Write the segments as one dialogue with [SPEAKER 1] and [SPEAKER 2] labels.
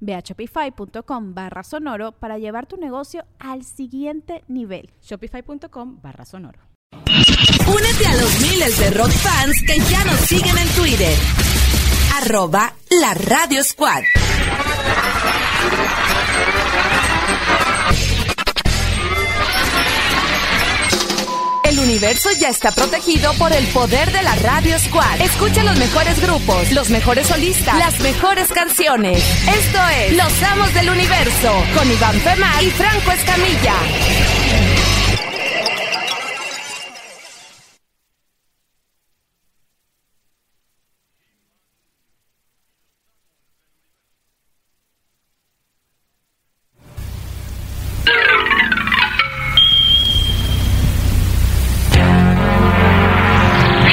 [SPEAKER 1] Ve a shopify.com barra sonoro para llevar tu negocio al siguiente nivel.
[SPEAKER 2] Shopify.com barra sonoro.
[SPEAKER 3] Únete a los miles de rock fans que ya nos siguen en Twitter. Arroba la Radio Squad. El universo ya está protegido por el poder de la Radio Squad. Escucha los mejores grupos, los mejores solistas, las mejores canciones. Esto es Los Amos del Universo con Iván Femar y Franco Escamilla.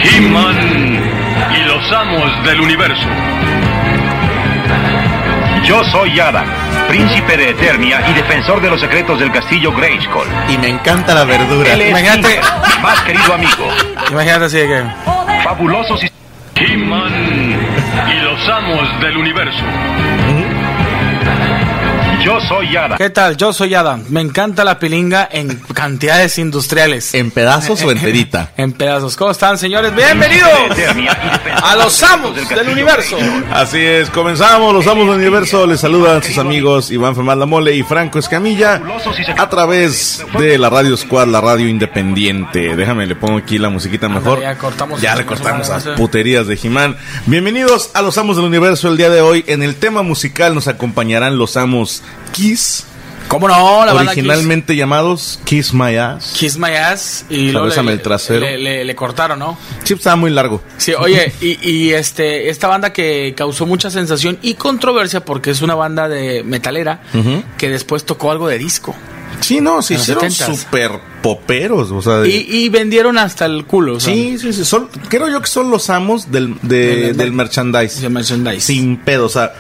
[SPEAKER 4] He-Man y los amos del universo.
[SPEAKER 5] Yo soy Adam, príncipe de Eternia y defensor de los secretos del castillo Grayskull.
[SPEAKER 6] Y me encanta la verdura.
[SPEAKER 5] Él es
[SPEAKER 6] Imagínate,
[SPEAKER 5] mi más querido amigo.
[SPEAKER 6] imagínate así de que.
[SPEAKER 5] Fabulosos y
[SPEAKER 4] He-Man y los amos del universo.
[SPEAKER 5] yo soy Adam.
[SPEAKER 6] ¿Qué tal? Yo soy Adam. Me encanta la pilinga en cantidades industriales.
[SPEAKER 7] ¿En pedazos o enterita?
[SPEAKER 6] En pedazos. ¿Cómo están, señores? Bienvenidos
[SPEAKER 5] príncipe de Eternia y defensor
[SPEAKER 6] a
[SPEAKER 5] de
[SPEAKER 6] los
[SPEAKER 5] secretos
[SPEAKER 6] amos del
[SPEAKER 5] castillo
[SPEAKER 6] universo.
[SPEAKER 5] Grayskull.
[SPEAKER 7] Así es, comenzamos, los amos del universo, les saludan sus amigos Iván Femar La Mole y Franco Escamilla a través de la Radio Squad, la radio independiente. Déjame, le pongo aquí la musiquita mejor.
[SPEAKER 6] ya cortamos.
[SPEAKER 7] Ya recortamos las puterías de Jimán. Bienvenidos a los amos del universo el día de hoy. En el tema musical nos acompañarán los amos Kiss,
[SPEAKER 6] ¿Cómo no? La banda
[SPEAKER 7] originalmente llamados Kiss My
[SPEAKER 6] Kiss,
[SPEAKER 7] Ass.
[SPEAKER 6] Kiss My Ass. Y luego
[SPEAKER 7] Bésame el trasero.
[SPEAKER 6] Le, le- le cortaron, ¿no?
[SPEAKER 7] Chip estaba muy largo.
[SPEAKER 6] Sí, oye, y, y, este, esta banda que causó mucha sensación y controversia porque es una banda de metalera
[SPEAKER 7] Ujú.
[SPEAKER 6] que después tocó algo de disco.
[SPEAKER 7] Sí, no, se
[SPEAKER 6] En los
[SPEAKER 7] hicieron
[SPEAKER 6] 70s.
[SPEAKER 7] super poperos, o sea, de-
[SPEAKER 6] Y, y vendieron hasta el culo. o sea,
[SPEAKER 7] Sí, sí, sí. Son, creo yo que son los amos del, de-
[SPEAKER 6] Del-
[SPEAKER 7] del merchandise.
[SPEAKER 6] de merchandise.
[SPEAKER 7] Sin pedo, o sea,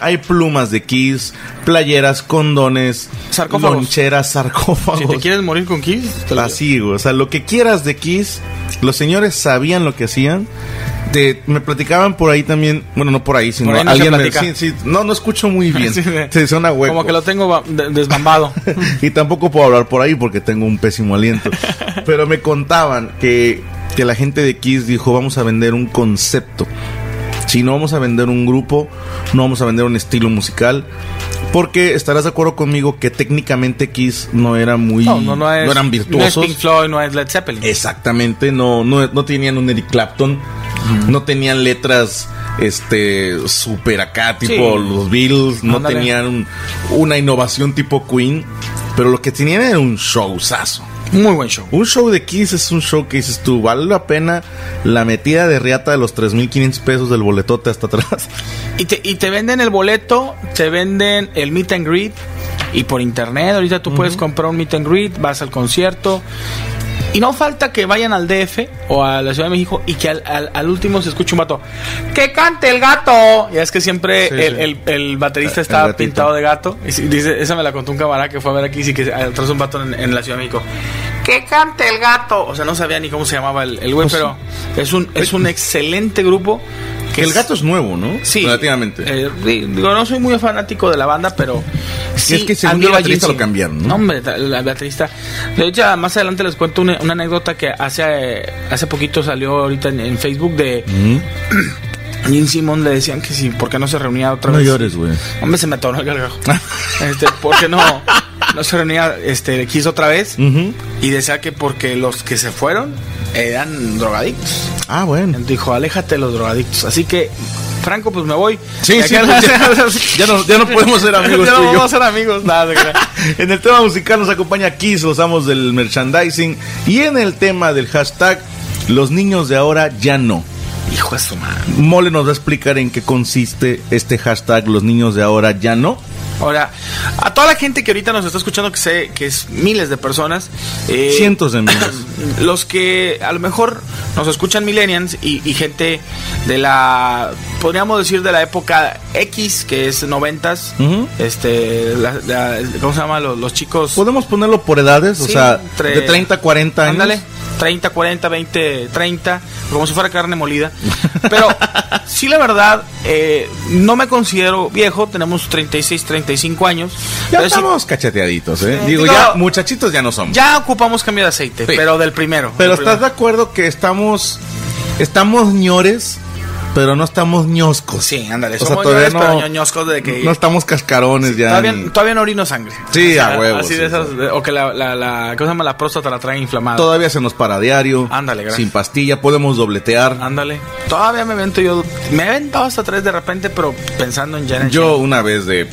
[SPEAKER 7] hay plumas de Kiss, playeras, condones,
[SPEAKER 6] Sarcófagos.
[SPEAKER 7] loncheras, sarcófagos.
[SPEAKER 6] Si te quieres morir con Kiss, te lo-
[SPEAKER 7] Así, güey, o sea, lo que quieras de Kiss, los señores sabían lo que hacían. Te- me platicaban por ahí también, bueno, no por ahí, sino
[SPEAKER 6] Por ahí no se
[SPEAKER 7] alguien me
[SPEAKER 6] platica.
[SPEAKER 7] sí, sí, no, no escucho muy bien.
[SPEAKER 6] Sí, de-
[SPEAKER 7] Se suena hueco.
[SPEAKER 6] Como que lo tengo ba- de- desmambado.
[SPEAKER 7] y tampoco puedo hablar por ahí porque tengo un pésimo aliento. Pero me contaban que, que la gente de Kiss dijo, vamos a vender un concepto. Si no vamos a vender un grupo, no vamos a vender un estilo musical. Porque estarás de acuerdo conmigo que técnicamente Kiss no era muy...
[SPEAKER 6] No, no, no es.
[SPEAKER 7] eran virtuosos.
[SPEAKER 6] No es Pink Floyd, no es Led Zeppelin.
[SPEAKER 7] Exactamente, no, no, no tenían un Eric Clapton, no tenían letras este super acá, tipo
[SPEAKER 6] Sí.
[SPEAKER 7] los Beatles, no
[SPEAKER 6] Ándale.
[SPEAKER 7] tenían un- una innovación tipo Queen, pero lo que tenían era un showzazo.
[SPEAKER 6] Muy buen show.
[SPEAKER 7] Un show de Kiss es un show que dices tú, vale la pena la metida de riata de los 3.500 pesos del boletote hasta atrás.
[SPEAKER 6] Y te, y te venden el boleto, te venden el meet and greet. Y por internet, ahorita tú puedes comprar un meet and greet, vas al concierto. Y no falta que vayan al DF o a la Ciudad de México y que al, al- al último se escuche un vato. ¡Que cante el gato! Ya es que siempre
[SPEAKER 7] Sí,
[SPEAKER 6] el,
[SPEAKER 7] sí.
[SPEAKER 6] el- el baterista
[SPEAKER 7] El
[SPEAKER 6] estaba
[SPEAKER 7] gatito.
[SPEAKER 6] pintado de gato. Y sí, dice, esa me la contó un camarada que fue a ver aquí, sí que atrás un vato en, en la Ciudad de México. ¡Que cante el gato! O sea, no sabía ni cómo se llamaba el, el
[SPEAKER 7] Pues
[SPEAKER 6] güey, pero es un, es un excelente grupo.
[SPEAKER 7] Que el
[SPEAKER 6] es-
[SPEAKER 7] gato es nuevo, ¿no?
[SPEAKER 6] Sí.
[SPEAKER 7] Relativamente.
[SPEAKER 6] eh, sí, digo, no soy muy fanático de la banda, pero. Sí,
[SPEAKER 7] es que según yo el
[SPEAKER 6] admiro a
[SPEAKER 7] baterista lo
[SPEAKER 6] Gene
[SPEAKER 7] cambiaron, ¿no?
[SPEAKER 6] hombre, ta- la baterista. De hecho, más adelante les cuento una, una anécdota que hace, eh, hace poquito salió ahorita en, en Facebook de. Gene Simon le decían que sí, ¿por qué no se reunía otra vez?
[SPEAKER 7] güey.
[SPEAKER 6] Hombre, se me atoró el gargajo. este, ¿Por qué no, no se reunía este, Kiss otra vez?
[SPEAKER 7] Ujú.
[SPEAKER 6] Y decía que porque los que se fueron eran drogadictos.
[SPEAKER 7] Ah, bueno.
[SPEAKER 6] Él dijo, aléjate de los drogadictos. Así que, Franco, pues me voy.
[SPEAKER 7] Sí,
[SPEAKER 6] Y
[SPEAKER 7] sí, pues,
[SPEAKER 6] acá-
[SPEAKER 7] ya, ya no, ya no podemos ser amigos.
[SPEAKER 6] Ya
[SPEAKER 7] tú
[SPEAKER 6] no
[SPEAKER 7] y yo.
[SPEAKER 6] vamos a ser amigos. Nada, de verdad.
[SPEAKER 7] En el tema musical nos acompaña Kiss, los amos del merchandising. Y en el tema del hashtag, los niños de ahora ya no.
[SPEAKER 6] Hijo de su madre.
[SPEAKER 7] Mole nos va a explicar en qué consiste este hashtag, los niños de ahora ya no.
[SPEAKER 6] Ahora, a toda la gente que ahorita nos está escuchando, que sé que es miles de personas. eh,
[SPEAKER 7] Cientos de miles.
[SPEAKER 6] Los que a lo mejor nos escuchan millennials y, y gente de la, podríamos decir, de la época X, que es noventas.
[SPEAKER 7] Ujú.
[SPEAKER 6] Este, la- la- ¿cómo se llama? Los, los chicos.
[SPEAKER 7] Podemos ponerlo por edades, o
[SPEAKER 6] Sí,
[SPEAKER 7] sea,
[SPEAKER 6] entre-
[SPEAKER 7] de 30 a 40 años.
[SPEAKER 6] Ándale, 30, 40, 20, 30, como si fuera carne molida. Pero sí, la verdad, eh, no me considero viejo, tenemos 36, 35 años.
[SPEAKER 7] Ya
[SPEAKER 6] pero sí,
[SPEAKER 7] estamos cacheteaditos, ¿eh?
[SPEAKER 6] Sí.
[SPEAKER 7] Digo,
[SPEAKER 6] Digo,
[SPEAKER 7] ya muchachitos ya no somos.
[SPEAKER 6] ya ocupamos cambio de aceite,
[SPEAKER 7] Sí.
[SPEAKER 6] pero del primero.
[SPEAKER 7] Pero
[SPEAKER 6] del primero.
[SPEAKER 7] estás de acuerdo que estamos estamos ñores, pero no estamos ñoscos.
[SPEAKER 6] Sí, ándale,
[SPEAKER 7] O sea,
[SPEAKER 6] somos
[SPEAKER 7] todavía
[SPEAKER 6] ñores, pero
[SPEAKER 7] no-
[SPEAKER 6] ñoñoscos de que-
[SPEAKER 7] No estamos cascarones ya.
[SPEAKER 6] Todavía,
[SPEAKER 7] ni-
[SPEAKER 6] todavía no orino sangre.
[SPEAKER 7] Sí, a huevo,
[SPEAKER 6] Así
[SPEAKER 7] sí,
[SPEAKER 6] de esas,
[SPEAKER 7] sí.
[SPEAKER 6] de- o que la, la, la- ¿cómo se llama? La próstata la traen inflamada.
[SPEAKER 7] todavía se nos para diario.
[SPEAKER 6] Ah. Ándale, gracias.
[SPEAKER 7] Sin pastilla, podemos dobletear.
[SPEAKER 6] Ándale. Todavía me avento yo. Me he aventado hasta tres de repente, pero pensando en Janet.
[SPEAKER 7] Yo una vez de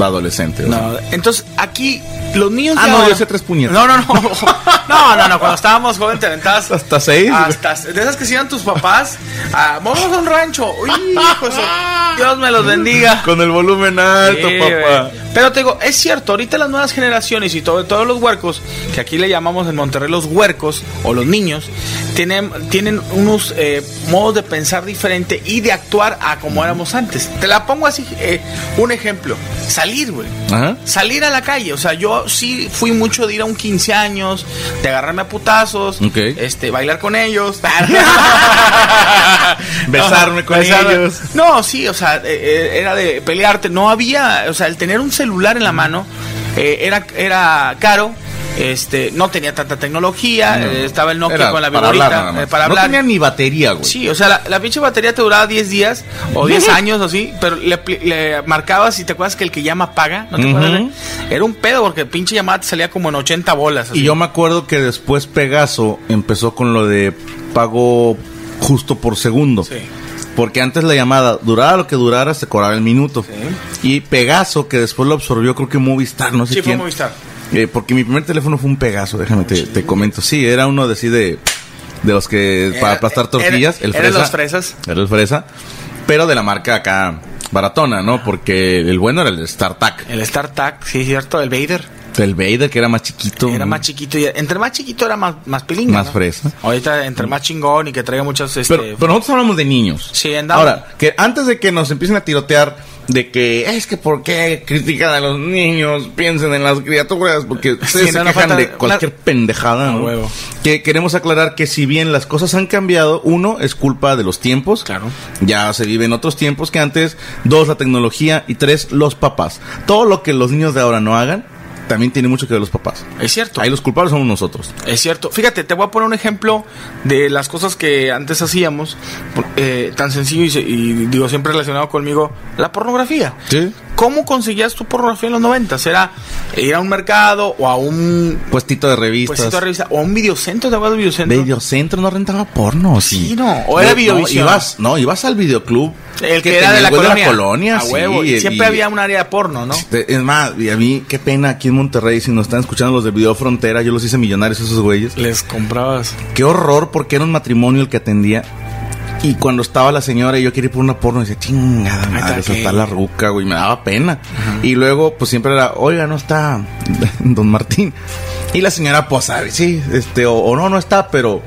[SPEAKER 7] adolescente. o sea.
[SPEAKER 6] No, entonces aquí los niños.
[SPEAKER 7] Ah,
[SPEAKER 6] de
[SPEAKER 7] no,
[SPEAKER 6] ahora-
[SPEAKER 7] yo hice tres puñetas.
[SPEAKER 6] No, no, no. No, no, no. Cuando estábamos joven, te aventabas.
[SPEAKER 7] Hasta seis.
[SPEAKER 6] Hasta, de esas que hacían tus papás. ah, vamos a un rancho. Uy, hijo de su- Dios me los bendiga.
[SPEAKER 7] Con el volumen alto,
[SPEAKER 6] Sí,
[SPEAKER 7] papá.
[SPEAKER 6] güey. Pero te digo, es cierto, ahorita las nuevas generaciones y todo, todos los huercos, que aquí le llamamos en Monterrey los huercos o los niños, tienen, tienen unos eh, modos de pensar diferente y de actuar a como éramos antes. Te la pongo así, eh, un ejemplo, salir, güey.
[SPEAKER 7] Ajá.
[SPEAKER 6] Salir a la calle, o sea, yo sí fui mucho de ir a un 15 años, de agarrarme a putazos,
[SPEAKER 7] Ok.
[SPEAKER 6] este, bailar con ellos,
[SPEAKER 7] Besarme con ellos.
[SPEAKER 6] No, sí, o sea, eh, eh, era de pelearte, no había, o sea, el tener un celular en la mano eh, era, era caro. Este, no tenía tanta tecnología, eh, estaba el Nokia
[SPEAKER 7] Era
[SPEAKER 6] con la
[SPEAKER 7] para
[SPEAKER 6] viborita,
[SPEAKER 7] hablar nada más.
[SPEAKER 6] eh, para
[SPEAKER 7] No
[SPEAKER 6] hablar.
[SPEAKER 7] tenía ni batería, güey.
[SPEAKER 6] Sí, o sea, la, la pinche batería te duraba 10 días o 10 años o así, pero le, pli- le marcabas y te acuerdas que el que llama paga, ¿no te
[SPEAKER 7] Ujú.
[SPEAKER 6] acuerdas? Era un pedo porque el pinche llamada te salía como en 80 bolas. así.
[SPEAKER 7] Y yo me acuerdo que después Pegaso empezó con lo de pago justo por segundo.
[SPEAKER 6] Sí.
[SPEAKER 7] Porque antes la llamada duraba lo que durara, se cobraba el minuto. Y Pegaso, que después lo absorbió, creo que Movistar, no sé
[SPEAKER 6] Sí, fue
[SPEAKER 7] quién.
[SPEAKER 6] Movistar.
[SPEAKER 7] Eh, porque mi primer teléfono fue un Pegaso, déjame te, te comento. Sí, era uno de así de, de los que
[SPEAKER 6] Era-
[SPEAKER 7] para aplastar
[SPEAKER 6] era-
[SPEAKER 7] tortillas. el
[SPEAKER 6] eran
[SPEAKER 7] fresa.
[SPEAKER 6] los fresas.
[SPEAKER 7] Era el fresa. Pero de la marca acá baratona, ¿no? Porque el bueno era el StarTac.
[SPEAKER 6] El StarTAC, sí, es cierto, el Vader.
[SPEAKER 7] El Vader, que era más chiquito. ¿no?
[SPEAKER 6] Era más chiquito. Y, entre más chiquito era más, más pilinga.
[SPEAKER 7] Más
[SPEAKER 6] ¿no?
[SPEAKER 7] fresa. Mm.
[SPEAKER 6] Ahorita, entre más chingón y que traiga muchas. Este,
[SPEAKER 7] Pero, pero nosotros hablamos de niños.
[SPEAKER 6] Sí, andamos.
[SPEAKER 7] Ahora, que antes de que nos empiecen a tirotear de que es que por qué critican a los niños, piensen en las criaturas, porque ustedes
[SPEAKER 6] sí,
[SPEAKER 7] se
[SPEAKER 6] no, no
[SPEAKER 7] quejan
[SPEAKER 6] falta
[SPEAKER 7] de
[SPEAKER 6] una-
[SPEAKER 7] cualquier pendejada. ¿no?
[SPEAKER 6] huevo.
[SPEAKER 7] Que queremos aclarar que si bien las cosas han cambiado, uno es culpa de los tiempos.
[SPEAKER 6] Claro.
[SPEAKER 7] Ya se viven otros tiempos que antes. Dos, la tecnología. Y tres, los papás. Todo lo que los niños de ahora no hagan, también tiene mucho que ver los papás.
[SPEAKER 6] es cierto.
[SPEAKER 7] Ahí los culpables somos nosotros.
[SPEAKER 6] Es cierto. Fíjate, te voy a poner un ejemplo de las cosas que antes hacíamos, por- eh, tan sencillo y, se- y digo siempre relacionado conmigo, la pornografía.
[SPEAKER 7] Sí.
[SPEAKER 6] ¿Cómo conseguías tu pornografía en los 90? ¿Era ir a un mercado o a un
[SPEAKER 7] Puestito de revistas.
[SPEAKER 6] puestito de revista o a un videocentro? ¿Te acuerdas del videocentro?
[SPEAKER 7] Videocentro no rentaba porno, sí.
[SPEAKER 6] Sí, no, o era
[SPEAKER 7] No,
[SPEAKER 6] Videovisión.
[SPEAKER 7] No, ibas, no, ibas al videoclub.
[SPEAKER 6] el que,
[SPEAKER 7] tenía
[SPEAKER 6] era de la
[SPEAKER 7] el güey
[SPEAKER 6] colonia.
[SPEAKER 7] colonia,
[SPEAKER 6] A
[SPEAKER 7] sí,
[SPEAKER 6] huevo. Y
[SPEAKER 7] el-
[SPEAKER 6] siempre
[SPEAKER 7] y-
[SPEAKER 6] había un área de porno, ¿no?
[SPEAKER 7] este, Es más, y a mí, qué pena aquí en Monterrey, si nos están escuchando los de Video Frontera, yo los hice millonarios esos güeyes.
[SPEAKER 6] Les comprabas.
[SPEAKER 7] Qué horror, porque era un matrimonio el que atendía. Y cuando estaba la señora y yo quería ir por una porno, decía, chingada
[SPEAKER 6] está,
[SPEAKER 7] madre, esa
[SPEAKER 6] ¿qué?
[SPEAKER 7] está la ruca, güey, me daba pena. Y luego, pues siempre era, oiga, no está Don Martín. Y la señora, pues, sabe, sí, este, o, o no, no está, pero,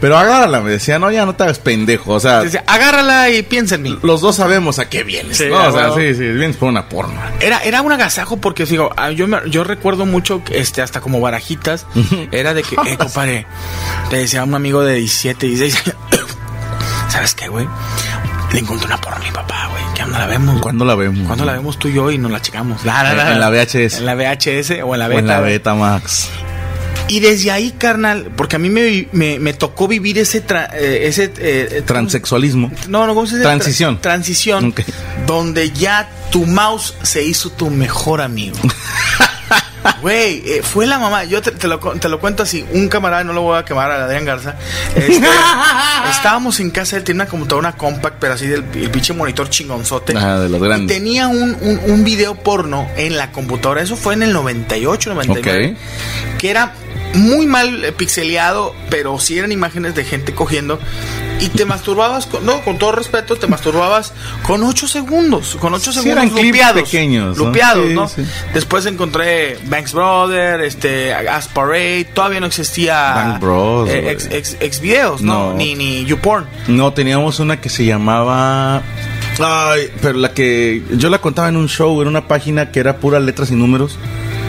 [SPEAKER 7] pero agárrala, me decía, no, ya no te hagas pendejo, o sea,
[SPEAKER 6] Decía, agárrala y piensa en mí.
[SPEAKER 7] los dos sabemos a qué vienes,
[SPEAKER 6] Sí,
[SPEAKER 7] ¿no?
[SPEAKER 6] ah,
[SPEAKER 7] O sea,
[SPEAKER 6] bueno.
[SPEAKER 7] sí, sí, vienes por una porno.
[SPEAKER 6] Era, era un agasajo porque digo, ah, yo me- yo recuerdo mucho que, este hasta como barajitas, era de que, eh, compadre, te decía a un amigo de 17, 16 años, ¿sabes qué, güey? Le encontré una porra a mi papá, güey. ¿Qué onda la vemos?
[SPEAKER 7] ¿Cuándo la vemos?
[SPEAKER 6] ¿Cuándo la vemos tú y yo y nos la checamos? La,
[SPEAKER 7] En- en la VHS.
[SPEAKER 6] En la VHS o en la
[SPEAKER 7] O
[SPEAKER 6] beta.
[SPEAKER 7] en la
[SPEAKER 6] güey.
[SPEAKER 7] beta, Max.
[SPEAKER 6] Y desde ahí, carnal, porque a mí me, vi- me, me tocó vivir ese... tra- eh, ese eh,
[SPEAKER 7] Transexualismo.
[SPEAKER 6] no, no, ¿cómo se dice?
[SPEAKER 7] Transición.
[SPEAKER 6] Tra- transición.
[SPEAKER 7] Ok.
[SPEAKER 6] Donde ya tu mouse se hizo tu mejor amigo. Güey, eh, fue la mamá. Yo te, te lo, cu- te lo cuento así. Un camarada, no lo voy a quemar a Adrián Garza. este, estábamos en casa, él tenía una computadora, una compact, pero así del el pinche monitor chingonzote.
[SPEAKER 7] Ajá, de los grandes.
[SPEAKER 6] Y tenía un, un, un video porno en la computadora. Eso fue en el 98, 99. Que era muy mal eh, pixeleado, pero sí eran imágenes de gente cogiendo. Y te masturbabas, con, no, con todo respeto, te masturbabas con 8 segundos. Con 8
[SPEAKER 7] Sí,
[SPEAKER 6] segundos
[SPEAKER 7] eran clips
[SPEAKER 6] lupeados.
[SPEAKER 7] pequeños, ¿no?
[SPEAKER 6] Lupeados,
[SPEAKER 7] Sí,
[SPEAKER 6] ¿no?
[SPEAKER 7] sí.
[SPEAKER 6] Después encontré Banks Brother, este, As Parade, todavía no existía
[SPEAKER 7] Banks Bros,
[SPEAKER 6] eh,
[SPEAKER 7] güey.
[SPEAKER 6] ex, ex- exvideos, ¿no?
[SPEAKER 7] No.
[SPEAKER 6] Ni, ni YouPorn.
[SPEAKER 7] No, teníamos una que se llamaba. Ay, pero la que yo la contaba en un show, era una página que era puras letras y números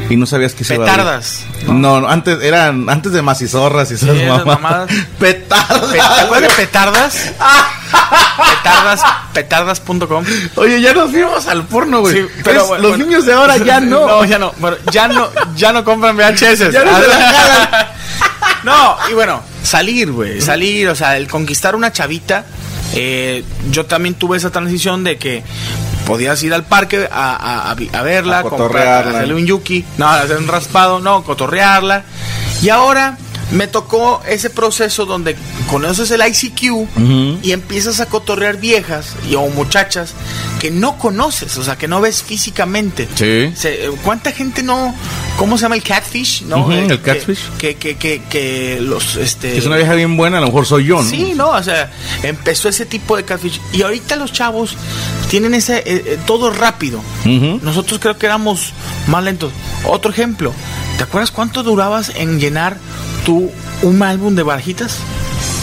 [SPEAKER 7] y no sabías qué se iba a abrir.
[SPEAKER 6] Petardas.
[SPEAKER 7] No, no, antes eran antes de macizorras y esas
[SPEAKER 6] Sí, esas
[SPEAKER 7] mamadas.
[SPEAKER 6] mamadas.
[SPEAKER 7] Petardas.
[SPEAKER 6] Pe- ¿Te acuerdas de Petardas? Petardas, petardas.com.
[SPEAKER 7] Oye, ya nos vimos al porno, güey.
[SPEAKER 6] Sí, pero
[SPEAKER 7] Es-
[SPEAKER 6] bueno,
[SPEAKER 7] los
[SPEAKER 6] bueno.
[SPEAKER 7] niños de ahora ya no.
[SPEAKER 6] No, ya no. Bueno, ya no, ya no compran VHS.
[SPEAKER 7] Ya no se la jalan.
[SPEAKER 6] No, y bueno, salir, güey. Salir, o sea, el conquistar una chavita. eh, yo también tuve esa transición de que podías ir al parque a, a- a vi- a verla,
[SPEAKER 7] A
[SPEAKER 6] comprar-
[SPEAKER 7] cotorrearla.
[SPEAKER 6] hacerle un yuki, no, hacer un raspado, no, cotorrearla. Y ahora me tocó ese proceso donde conoces el ICQ y empiezas a cotorrear viejas y, o muchachas que no conoces, o sea, que no ves físicamente.
[SPEAKER 7] Sí.
[SPEAKER 6] Se- eh, ¿Cuánta gente no? ¿Cómo se llama el catfish? ¿No?
[SPEAKER 7] Ujú,
[SPEAKER 6] Eh,
[SPEAKER 7] el
[SPEAKER 6] que-
[SPEAKER 7] catfish.
[SPEAKER 6] Que, que, que, que los este.
[SPEAKER 7] Que es una vieja bien buena, a lo mejor soy yo, ¿no?
[SPEAKER 6] Sí, no, o sea, empezó ese tipo de catfish. Y ahorita los chavos tienen ese eh, eh, todo rápido.
[SPEAKER 7] Ujú.
[SPEAKER 6] Nosotros creo que éramos más lentos. Otro ejemplo, ¿te acuerdas cuánto durabas en llenar tú un álbum de barajitas?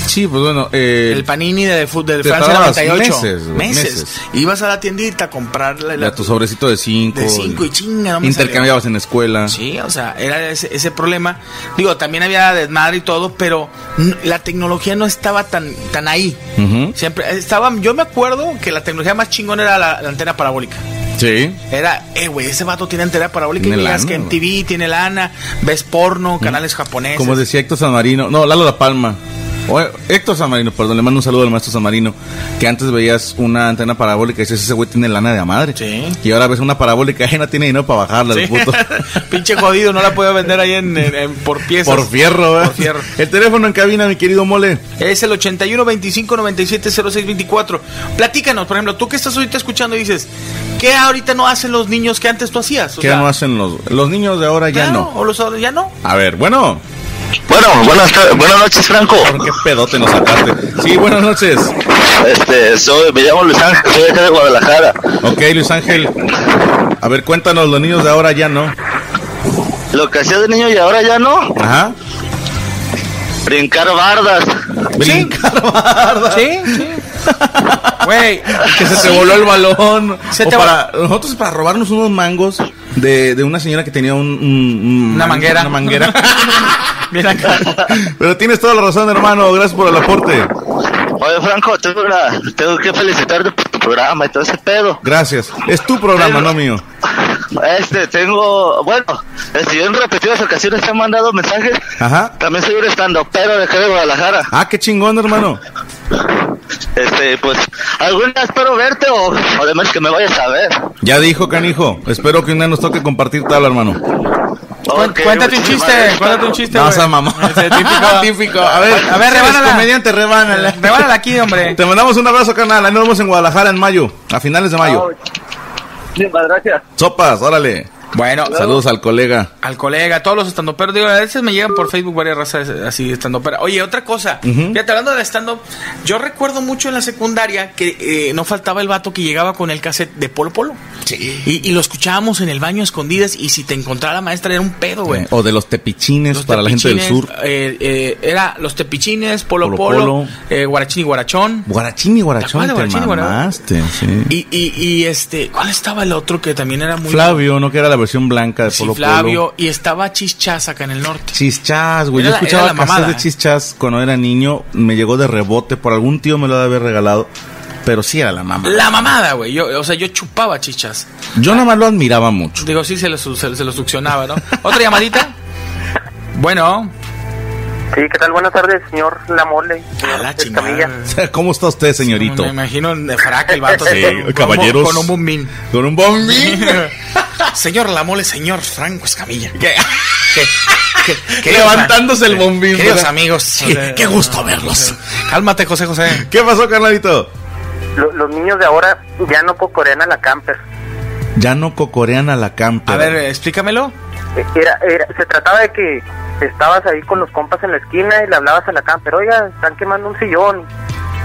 [SPEAKER 7] Sí, pues bueno, eh,
[SPEAKER 6] El panini de, fu- del
[SPEAKER 7] te
[SPEAKER 6] Francia
[SPEAKER 7] tardabas
[SPEAKER 6] 98.
[SPEAKER 7] meses, güey, meses.
[SPEAKER 6] Ibas a la tiendita a comprar la, la-
[SPEAKER 7] ya tu sobrecito de 5.
[SPEAKER 6] de 5 y chinga, no me salió.
[SPEAKER 7] Intercambiabas en escuela.
[SPEAKER 6] Sí, o sea, era ese, ese problema. Digo, también había desmadre y todo, pero n- la tecnología no estaba tan, tan ahí.
[SPEAKER 7] Ujú.
[SPEAKER 6] Siempre estaba, yo me acuerdo que la tecnología más chingona era la, la antena parabólica.
[SPEAKER 7] Sí.
[SPEAKER 6] Era, eh, güey, ese vato tiene antena parabólica y
[SPEAKER 7] Tiene
[SPEAKER 6] miras
[SPEAKER 7] lana,
[SPEAKER 6] que
[SPEAKER 7] güey.
[SPEAKER 6] MTV tiene lana, ves porno, canales japoneses.
[SPEAKER 7] Como decía Héctor San Marino, no, Lalo La Palma. O, eh, Héctor San Marino, perdón, le mando un saludo al maestro San Marino, que antes veías una antena parabólica y decías, ese güey tiene lana de la madre.
[SPEAKER 6] Sí.
[SPEAKER 7] Y ahora ves una parabólica y no tiene dinero para bajarla, el
[SPEAKER 6] Sí.
[SPEAKER 7] puto.
[SPEAKER 6] Pinche jodido, no la puedo vender ahí en, en- en- por piezas.
[SPEAKER 7] Por fierro, ¿verdad?
[SPEAKER 6] Por fierro.
[SPEAKER 7] El teléfono en cabina, mi querido mole.
[SPEAKER 6] Es el 81 25 97 06 24. Platícanos, por ejemplo, tú que estás ahorita escuchando y dices, ¿qué ahorita no hacen los niños que antes tú hacías? O
[SPEAKER 7] ¿Qué
[SPEAKER 6] sea,
[SPEAKER 7] no hacen los, los niños de ahora? Ya
[SPEAKER 6] claro,
[SPEAKER 7] no.
[SPEAKER 6] O los adolescentes, ya no.
[SPEAKER 7] A ver, bueno.
[SPEAKER 8] Bueno, buenas, tar- buenas noches, Franco.
[SPEAKER 7] Qué pedote nos sacaste. Sí, buenas noches.
[SPEAKER 8] Este, soy, me llamo Luis Ángel, soy de acá de Guadalajara.
[SPEAKER 7] Ok, Luis Ángel. A ver, cuéntanos, los niños de ahora ya no.
[SPEAKER 8] Lo que hacía de niño y ahora ya no,
[SPEAKER 7] Ajá.
[SPEAKER 8] brincar bardas.
[SPEAKER 7] Brincar, barda.
[SPEAKER 6] Sí, sí. Güey,
[SPEAKER 7] que se te voló el balón.
[SPEAKER 6] Se
[SPEAKER 7] O
[SPEAKER 6] te
[SPEAKER 7] para, nosotros para robarnos unos mangos de, de una señora que tenía un, un- un
[SPEAKER 6] Una manguera.
[SPEAKER 7] Una manguera.
[SPEAKER 6] mira acá.
[SPEAKER 7] Pero tienes toda la razón, hermano. Gracias por el aporte.
[SPEAKER 8] Oye, Franco, tengo, una- tengo que felicitarte por tu programa y todo ese pedo.
[SPEAKER 7] Gracias. Es tu programa,
[SPEAKER 8] Pero-
[SPEAKER 7] no mío.
[SPEAKER 8] Este, tengo, bueno, este, yo en repetidas ocasiones te he mandado mensajes.
[SPEAKER 7] Ajá.
[SPEAKER 8] También soy un estandopero de acá de Guadalajara.
[SPEAKER 7] Ah, qué chingón, hermano.
[SPEAKER 8] Este, pues, alguna espero verte o, o de menos que me vayas a ver.
[SPEAKER 7] Ya dijo, canijo. Espero que un día nos toque compartir tabla, hermano.
[SPEAKER 6] Cuen-
[SPEAKER 8] Ok,
[SPEAKER 6] cuéntate un
[SPEAKER 8] muchísimas
[SPEAKER 6] chiste,
[SPEAKER 8] gracias,
[SPEAKER 6] cuéntate un
[SPEAKER 8] Franco.
[SPEAKER 6] chiste.
[SPEAKER 7] No,
[SPEAKER 6] güey.
[SPEAKER 7] esa mamá.
[SPEAKER 6] Ese típico.
[SPEAKER 7] Típico. A ver,
[SPEAKER 6] A ver,
[SPEAKER 7] si eres
[SPEAKER 6] rebánala.
[SPEAKER 7] comediante, rebánala.
[SPEAKER 6] Rebánala aquí, hombre.
[SPEAKER 7] Te mandamos un abrazo, canal. Ahí nos vemos en Guadalajara en mayo. A finales de
[SPEAKER 6] Ah,
[SPEAKER 7] mayo.
[SPEAKER 8] Muchísimas gracias.
[SPEAKER 7] Sopas, órale.
[SPEAKER 6] Bueno,
[SPEAKER 7] Saludos al colega.
[SPEAKER 6] Al colega, a todos los estandoperos. Digo, a veces me llegan por Facebook varias razas así estandoperas. Oye, otra cosa. Fíjate, hablando de stand-up, yo recuerdo mucho en la secundaria que eh, no faltaba el vato que llegaba con el cassette de Polo Polo. Sí. Y, y lo escuchábamos en el baño a escondidas y si te encontraba la maestra era un pedo, güey.
[SPEAKER 7] Eh, O de los tepichines
[SPEAKER 6] Los
[SPEAKER 7] para la gente del
[SPEAKER 6] tepichines,
[SPEAKER 7] sur.
[SPEAKER 6] eh, eh, era los tepichines, Polo
[SPEAKER 7] Polo
[SPEAKER 6] Polo,
[SPEAKER 7] Polo.
[SPEAKER 6] eh, Guarachín y Guarachón.
[SPEAKER 7] Guarachín y
[SPEAKER 6] ¿Te
[SPEAKER 7] guarachón, te
[SPEAKER 6] acuerdas de Guarachín y Guarachón?
[SPEAKER 7] mamaste, sí.
[SPEAKER 6] Y, y, y, este, ¿cuál estaba el otro que también era muy.
[SPEAKER 7] Flavio, ¿no? Que era la versión blanca de
[SPEAKER 6] Sí,
[SPEAKER 7] Polo
[SPEAKER 6] Flavio.
[SPEAKER 7] Polo.
[SPEAKER 6] Y estaba Chichás acá en el norte.
[SPEAKER 7] Chichas, güey. Yo
[SPEAKER 6] Era la-
[SPEAKER 7] escuchaba
[SPEAKER 6] era la
[SPEAKER 7] cassettes
[SPEAKER 6] mamada,
[SPEAKER 7] de
[SPEAKER 6] ¿eh?
[SPEAKER 7] chichas cuando era niño. Me llegó de rebote. Por algún tío me lo había regalado. Pero sí era la mamá.
[SPEAKER 6] La mamada, güey. Yo, o sea, yo chupaba chichas.
[SPEAKER 7] Yo nada más lo admiraba mucho.
[SPEAKER 6] Digo, sí, se lo, su- se, se lo succionaba, ¿no? ¿Otra llamadita? Bueno.
[SPEAKER 9] Sí, ¿qué tal? Buenas tardes, señor La Mole.
[SPEAKER 6] A
[SPEAKER 9] señor
[SPEAKER 6] la
[SPEAKER 9] Escamilla.
[SPEAKER 6] chingada.
[SPEAKER 7] ¿Cómo está usted, señorito?
[SPEAKER 6] Me imagino de frac el vato.
[SPEAKER 7] Sí,
[SPEAKER 6] así, con un-
[SPEAKER 7] caballeros.
[SPEAKER 6] Con un bombín.
[SPEAKER 7] Con un bombín.
[SPEAKER 6] Señor La Mole, señor Franco Escamilla.
[SPEAKER 10] Que- que- que- queridos
[SPEAKER 7] Levantándose el bombín.
[SPEAKER 10] Queridos
[SPEAKER 7] ¿verdad?
[SPEAKER 10] amigos, sí, qué gusto verlos.
[SPEAKER 6] Cálmate, José José.
[SPEAKER 7] ¿Qué pasó, carnalito?
[SPEAKER 9] Lo- los niños de ahora ya no cocorean a la camper.
[SPEAKER 7] Ya no cocorean a la camper.
[SPEAKER 6] A ver, explícamelo.
[SPEAKER 9] Eh, Era, era, se trataba de que estabas ahí con los compas en la esquina y le hablabas a la camper, oiga, están quemando un sillón.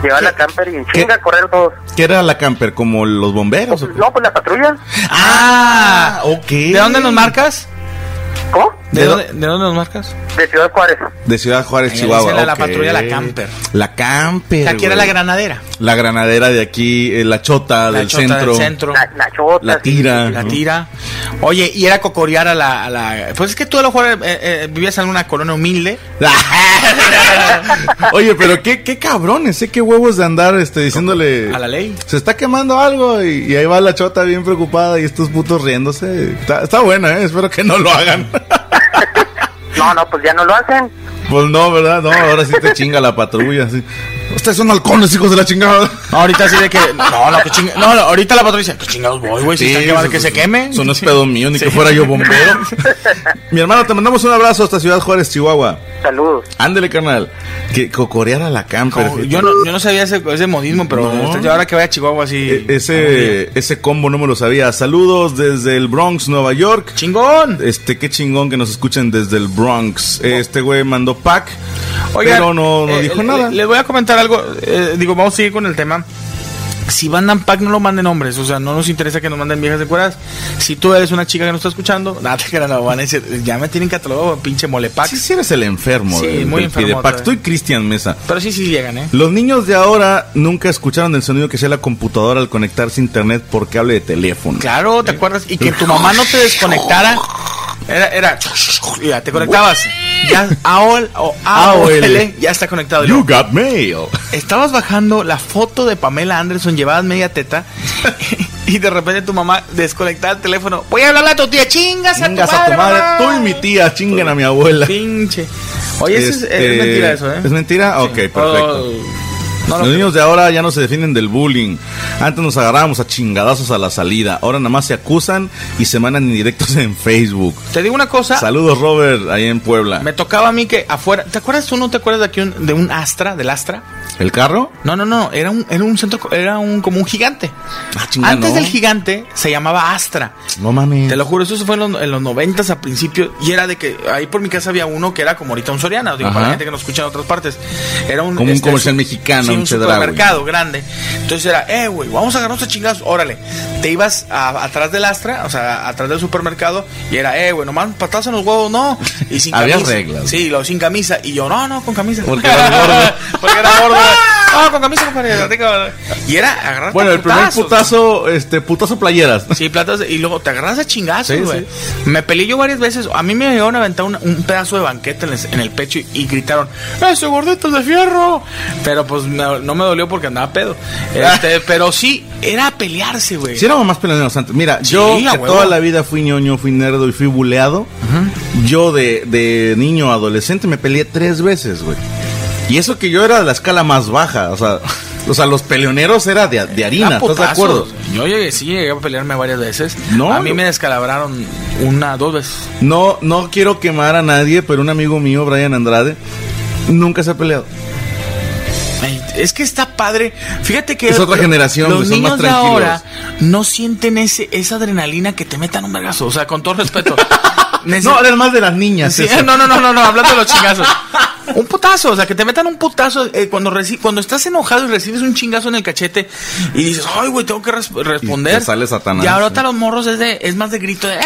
[SPEAKER 9] Lleva la camper y en chinga a correr todos.
[SPEAKER 7] ¿Qué era la camper? ¿Como los bomberos? o qué?
[SPEAKER 9] No, pues la patrulla.
[SPEAKER 6] Ah,
[SPEAKER 7] ok.
[SPEAKER 6] ¿De dónde nos marcas?
[SPEAKER 9] ¿Cómo?
[SPEAKER 6] ¿De,
[SPEAKER 7] ¿De
[SPEAKER 6] dónde, ¿De dónde nos marcas?
[SPEAKER 9] De Ciudad Juárez.
[SPEAKER 7] De Ciudad Juárez,
[SPEAKER 6] Ahí
[SPEAKER 7] Chihuahua.
[SPEAKER 6] dice la- la
[SPEAKER 7] ok.
[SPEAKER 6] patrulla La Camper.
[SPEAKER 7] La camper.
[SPEAKER 6] Aquí era la
[SPEAKER 7] güey.
[SPEAKER 6] granadera.
[SPEAKER 7] La granadera de aquí, eh, la chota,
[SPEAKER 6] La
[SPEAKER 7] del,
[SPEAKER 6] chota
[SPEAKER 7] centro,
[SPEAKER 6] del centro.
[SPEAKER 9] La, la chota.
[SPEAKER 7] La tira.
[SPEAKER 6] La
[SPEAKER 7] ¿no?
[SPEAKER 6] tira. Oye, y era cocorear a la. a la- Pues es que tú a lo mejor eh, eh, vivías en una colonia humilde.
[SPEAKER 7] Oye, pero qué, qué cabrones, ¿eh? qué huevos de andar este, diciéndole.
[SPEAKER 6] A la ley.
[SPEAKER 7] Se está quemando algo y, y ahí va la chota bien preocupada y estos putos riéndose. Está, está buena, ¿eh? espero que no lo hagan.
[SPEAKER 9] No, no, pues ya no lo hacen.
[SPEAKER 7] pues no, ¿verdad? No, ahora sí te chinga la patrulla. sí. Ustedes son halcones, hijos de la chingada.
[SPEAKER 6] No, ahorita así de que. No, no, que chinga. No, no, ahorita la patrulla dice: Que Pues chingados voy, güey. Si
[SPEAKER 7] Sí,
[SPEAKER 6] están quemando,
[SPEAKER 7] eso-
[SPEAKER 6] que se queme.
[SPEAKER 7] Eso no es pedo mío, ni que fuera yo bombero. Mi hermano, te mandamos un abrazo hasta Ciudad Juárez, Chihuahua.
[SPEAKER 9] Saludos.
[SPEAKER 7] Ándele, carnal. Que cocorear a la camper.
[SPEAKER 6] Como- Oh, yo, no, yo no sabía ese, ese modismo, pero
[SPEAKER 7] No.
[SPEAKER 6] yo ahora que voy a Chihuahua así.
[SPEAKER 7] E- ese, ese combo no me lo sabía. Saludos desde el Bronx, Nueva York.
[SPEAKER 6] ¡Chingón!
[SPEAKER 7] Este, qué chingón que nos escuchen desde el Bronx. Este güey mandó pack,
[SPEAKER 6] Oigan,
[SPEAKER 7] pero no, no
[SPEAKER 6] eh,
[SPEAKER 7] dijo
[SPEAKER 6] le-
[SPEAKER 7] nada.
[SPEAKER 6] Les voy a comentar algo. eh, digo, vamos a seguir con el tema. Si mandan pack, no lo manden hombres. O sea, no nos interesa que nos manden viejas de cueras. Si tú eres una chica que nos está escuchando, nada, que no van a decir. Ya me tienen catalogado, pinche mole pack.
[SPEAKER 7] Sí, sí eres el enfermo.
[SPEAKER 6] Sí,
[SPEAKER 7] del-
[SPEAKER 6] muy
[SPEAKER 7] del
[SPEAKER 6] enfermo,
[SPEAKER 7] Pidepack.
[SPEAKER 6] otra vez.
[SPEAKER 7] Tú y Cristian Mesa.
[SPEAKER 6] Pero sí, sí llegan, ¿eh?
[SPEAKER 7] Los niños de ahora nunca escucharon el sonido que hacía la computadora al conectarse a internet por cable de teléfono.
[SPEAKER 6] Claro, ¿te acuerdas? Y que tu mamá no te desconectara. Era, era. Ya, te conectabas. Ya, AOL o
[SPEAKER 7] AOL.
[SPEAKER 6] AOL. Ya está conectado. Y
[SPEAKER 7] You
[SPEAKER 6] luego,
[SPEAKER 7] got mail.
[SPEAKER 6] Estabas bajando la foto de Pamela Anderson, llevabas media teta, y de repente tu mamá desconectaba el teléfono. Voy a hablarle a tu tía, chingas a tu
[SPEAKER 7] Chingas
[SPEAKER 6] madre.
[SPEAKER 7] a tu madre,
[SPEAKER 6] mamá".
[SPEAKER 7] tú y mi tía, chingan a mi abuela.
[SPEAKER 6] Pinche. Oye, eso es-
[SPEAKER 7] Este,
[SPEAKER 6] es, mentira eso, ¿eh?
[SPEAKER 7] ¿Es mentira? Ok, perfecto.
[SPEAKER 6] Oh, no,
[SPEAKER 7] Los
[SPEAKER 6] no,
[SPEAKER 7] niños de ahora ya no se defienden del bullying. Antes nos agarrábamos a chingadazos a la salida. Ahora nada más se acusan y se mandan en directos en Facebook.
[SPEAKER 6] Te digo una cosa.
[SPEAKER 7] Saludos, Robert, ahí en Puebla.
[SPEAKER 6] Me tocaba a mí que afuera. ¿Te acuerdas tú no te acuerdas de aquí un- de un Astra, del Astra?
[SPEAKER 7] ¿El carro?
[SPEAKER 6] No, no, no, era un, era un centro, co- era un como un gigante.
[SPEAKER 7] Ah, chinga,
[SPEAKER 6] Antes
[SPEAKER 7] no.
[SPEAKER 6] del gigante se llamaba Astra.
[SPEAKER 7] No mames.
[SPEAKER 6] Te lo juro, eso fue en los, en los 90 a principio. Y era de que ahí por mi casa había uno que era como ahorita un Soriana. Digo, para
[SPEAKER 7] Ajá.
[SPEAKER 6] la gente que nos escucha en otras partes. Era un. este,
[SPEAKER 7] Como un comercial mexicano,
[SPEAKER 6] sí,
[SPEAKER 7] un
[SPEAKER 6] un
[SPEAKER 7] Chedraui.
[SPEAKER 6] supermercado grande. Entonces era, eh, güey, vamos a agarrarnos a chingados. Órale. Te ibas a- atrás del Astra, o sea, atrás del supermercado. Y era, eh, güey, nomás patadas en los huevos, no. Y sin
[SPEAKER 7] Había
[SPEAKER 6] camisa.
[SPEAKER 7] reglas.
[SPEAKER 6] Sí, lo sin camisa. Y yo, no, no, con camisa.
[SPEAKER 7] Porque eras gordo.
[SPEAKER 6] Porque era gordo. No, con camisa, compadre. rica. Y era agarrar
[SPEAKER 7] bueno, el primer putazo, este, putazo playeras.
[SPEAKER 6] Sí, platas de- y luego te agarras a chingazos,
[SPEAKER 7] Sí,
[SPEAKER 6] güey. Me peleé yo varias veces. A mí me llegaron a aventar un, un pedazo de banqueta en el, en el pecho y, y gritaron, ¡Ese gordito es de fierro! Pero pues me- no me dolió porque andaba pedo. Este, pero sí, era pelearse, güey.
[SPEAKER 7] Si éramos más peleoneros antes. Mira,
[SPEAKER 6] Sí,
[SPEAKER 7] yo
[SPEAKER 6] a
[SPEAKER 7] que
[SPEAKER 6] huevo.
[SPEAKER 7] toda la vida fui ñoño, fui nerdo y fui buleado. Yo de, de niño adolescente me peleé tres veces, güey. Y eso que yo era de la escala más baja. O sea, o sea los peleoneros era de, de harina,
[SPEAKER 6] Era
[SPEAKER 7] ¿estás de
[SPEAKER 6] putazos.
[SPEAKER 7] acuerdo?
[SPEAKER 6] Yo llegué, sí, llegué a pelearme varias veces.
[SPEAKER 7] No.
[SPEAKER 6] A mí me descalabraron una, dos veces.
[SPEAKER 7] No, no quiero quemar a nadie, pero un amigo mío, Brian Andrade, nunca se ha peleado.
[SPEAKER 6] Ay, Es que está padre. Fíjate que
[SPEAKER 7] Es otra generación,
[SPEAKER 6] los
[SPEAKER 7] güey, son
[SPEAKER 6] niños
[SPEAKER 7] más
[SPEAKER 6] de
[SPEAKER 7] tranquilos.
[SPEAKER 6] ahora no sienten ese esa adrenalina que te metan un vergazo, o sea, con todo respeto. Nece-
[SPEAKER 7] No, además de las niñas.
[SPEAKER 6] Sí,
[SPEAKER 7] eso.
[SPEAKER 6] no, no, no, no, no, hablando de los chingazos. Un putazo, o sea, que te metan un putazo eh, cuando reci- cuando estás enojado y recibes un chingazo en el cachete y dices, "Ay, güey, tengo que res- responder."
[SPEAKER 7] Y te sale Satanás,
[SPEAKER 6] Y ahorita
[SPEAKER 7] sí.
[SPEAKER 6] los morros es de es más de grito de, "Eh,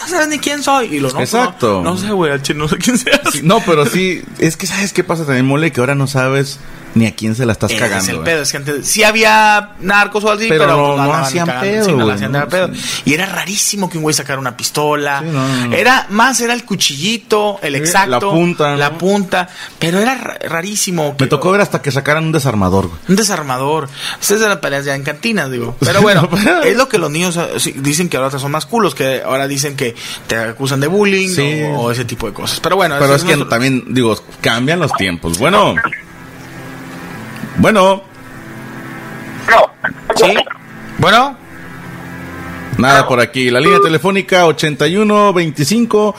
[SPEAKER 6] no sabes ni quién soy." Y lo no,
[SPEAKER 7] Exacto.
[SPEAKER 6] No, no sé, güey, al chile no sé quién seas.
[SPEAKER 7] Sí, no, pero sí, es que sabes qué pasa también, mole, que ahora no sabes ni a quién se la estás
[SPEAKER 6] Ese
[SPEAKER 7] cagando.
[SPEAKER 6] Eh, Es el
[SPEAKER 7] güey.
[SPEAKER 6] pedo, es que antes sí había narcos o algo así,
[SPEAKER 7] Pero
[SPEAKER 6] pero,
[SPEAKER 7] no-
[SPEAKER 6] pues,
[SPEAKER 7] no
[SPEAKER 6] andaban
[SPEAKER 7] hacían
[SPEAKER 6] cagando,
[SPEAKER 7] pedo,
[SPEAKER 6] sí, no la
[SPEAKER 7] güey,
[SPEAKER 6] hacían
[SPEAKER 7] no,
[SPEAKER 6] dar pedo.
[SPEAKER 7] sí.
[SPEAKER 6] Y era rarísimo que un güey sacara una pistola.
[SPEAKER 7] Sí, no, no, no.
[SPEAKER 6] Era más, era el cuchillito, el
[SPEAKER 7] Sí,
[SPEAKER 6] exacto.
[SPEAKER 7] la punta, ¿no?
[SPEAKER 6] La punta. Pero era ra- rarísimo. que-
[SPEAKER 7] Me tocó ver hasta que sacaran un desarmador, güey.
[SPEAKER 6] Un desarmador. Ustedes de las peleas ya en cantinas, digo. Pero bueno, es lo que los niños eh, sí, dicen que ahora son más culos, que ahora dicen que te acusan de bullying
[SPEAKER 7] Sí.
[SPEAKER 6] o, o ese tipo de cosas. Pero bueno,
[SPEAKER 7] Pero
[SPEAKER 6] ese
[SPEAKER 7] es que
[SPEAKER 6] nuestro-
[SPEAKER 7] también, digo, cambian los tiempos. Bueno. Bueno.
[SPEAKER 9] No.
[SPEAKER 6] ¿Sí? Bueno,
[SPEAKER 7] Nada por aquí. La línea telefónica 81 25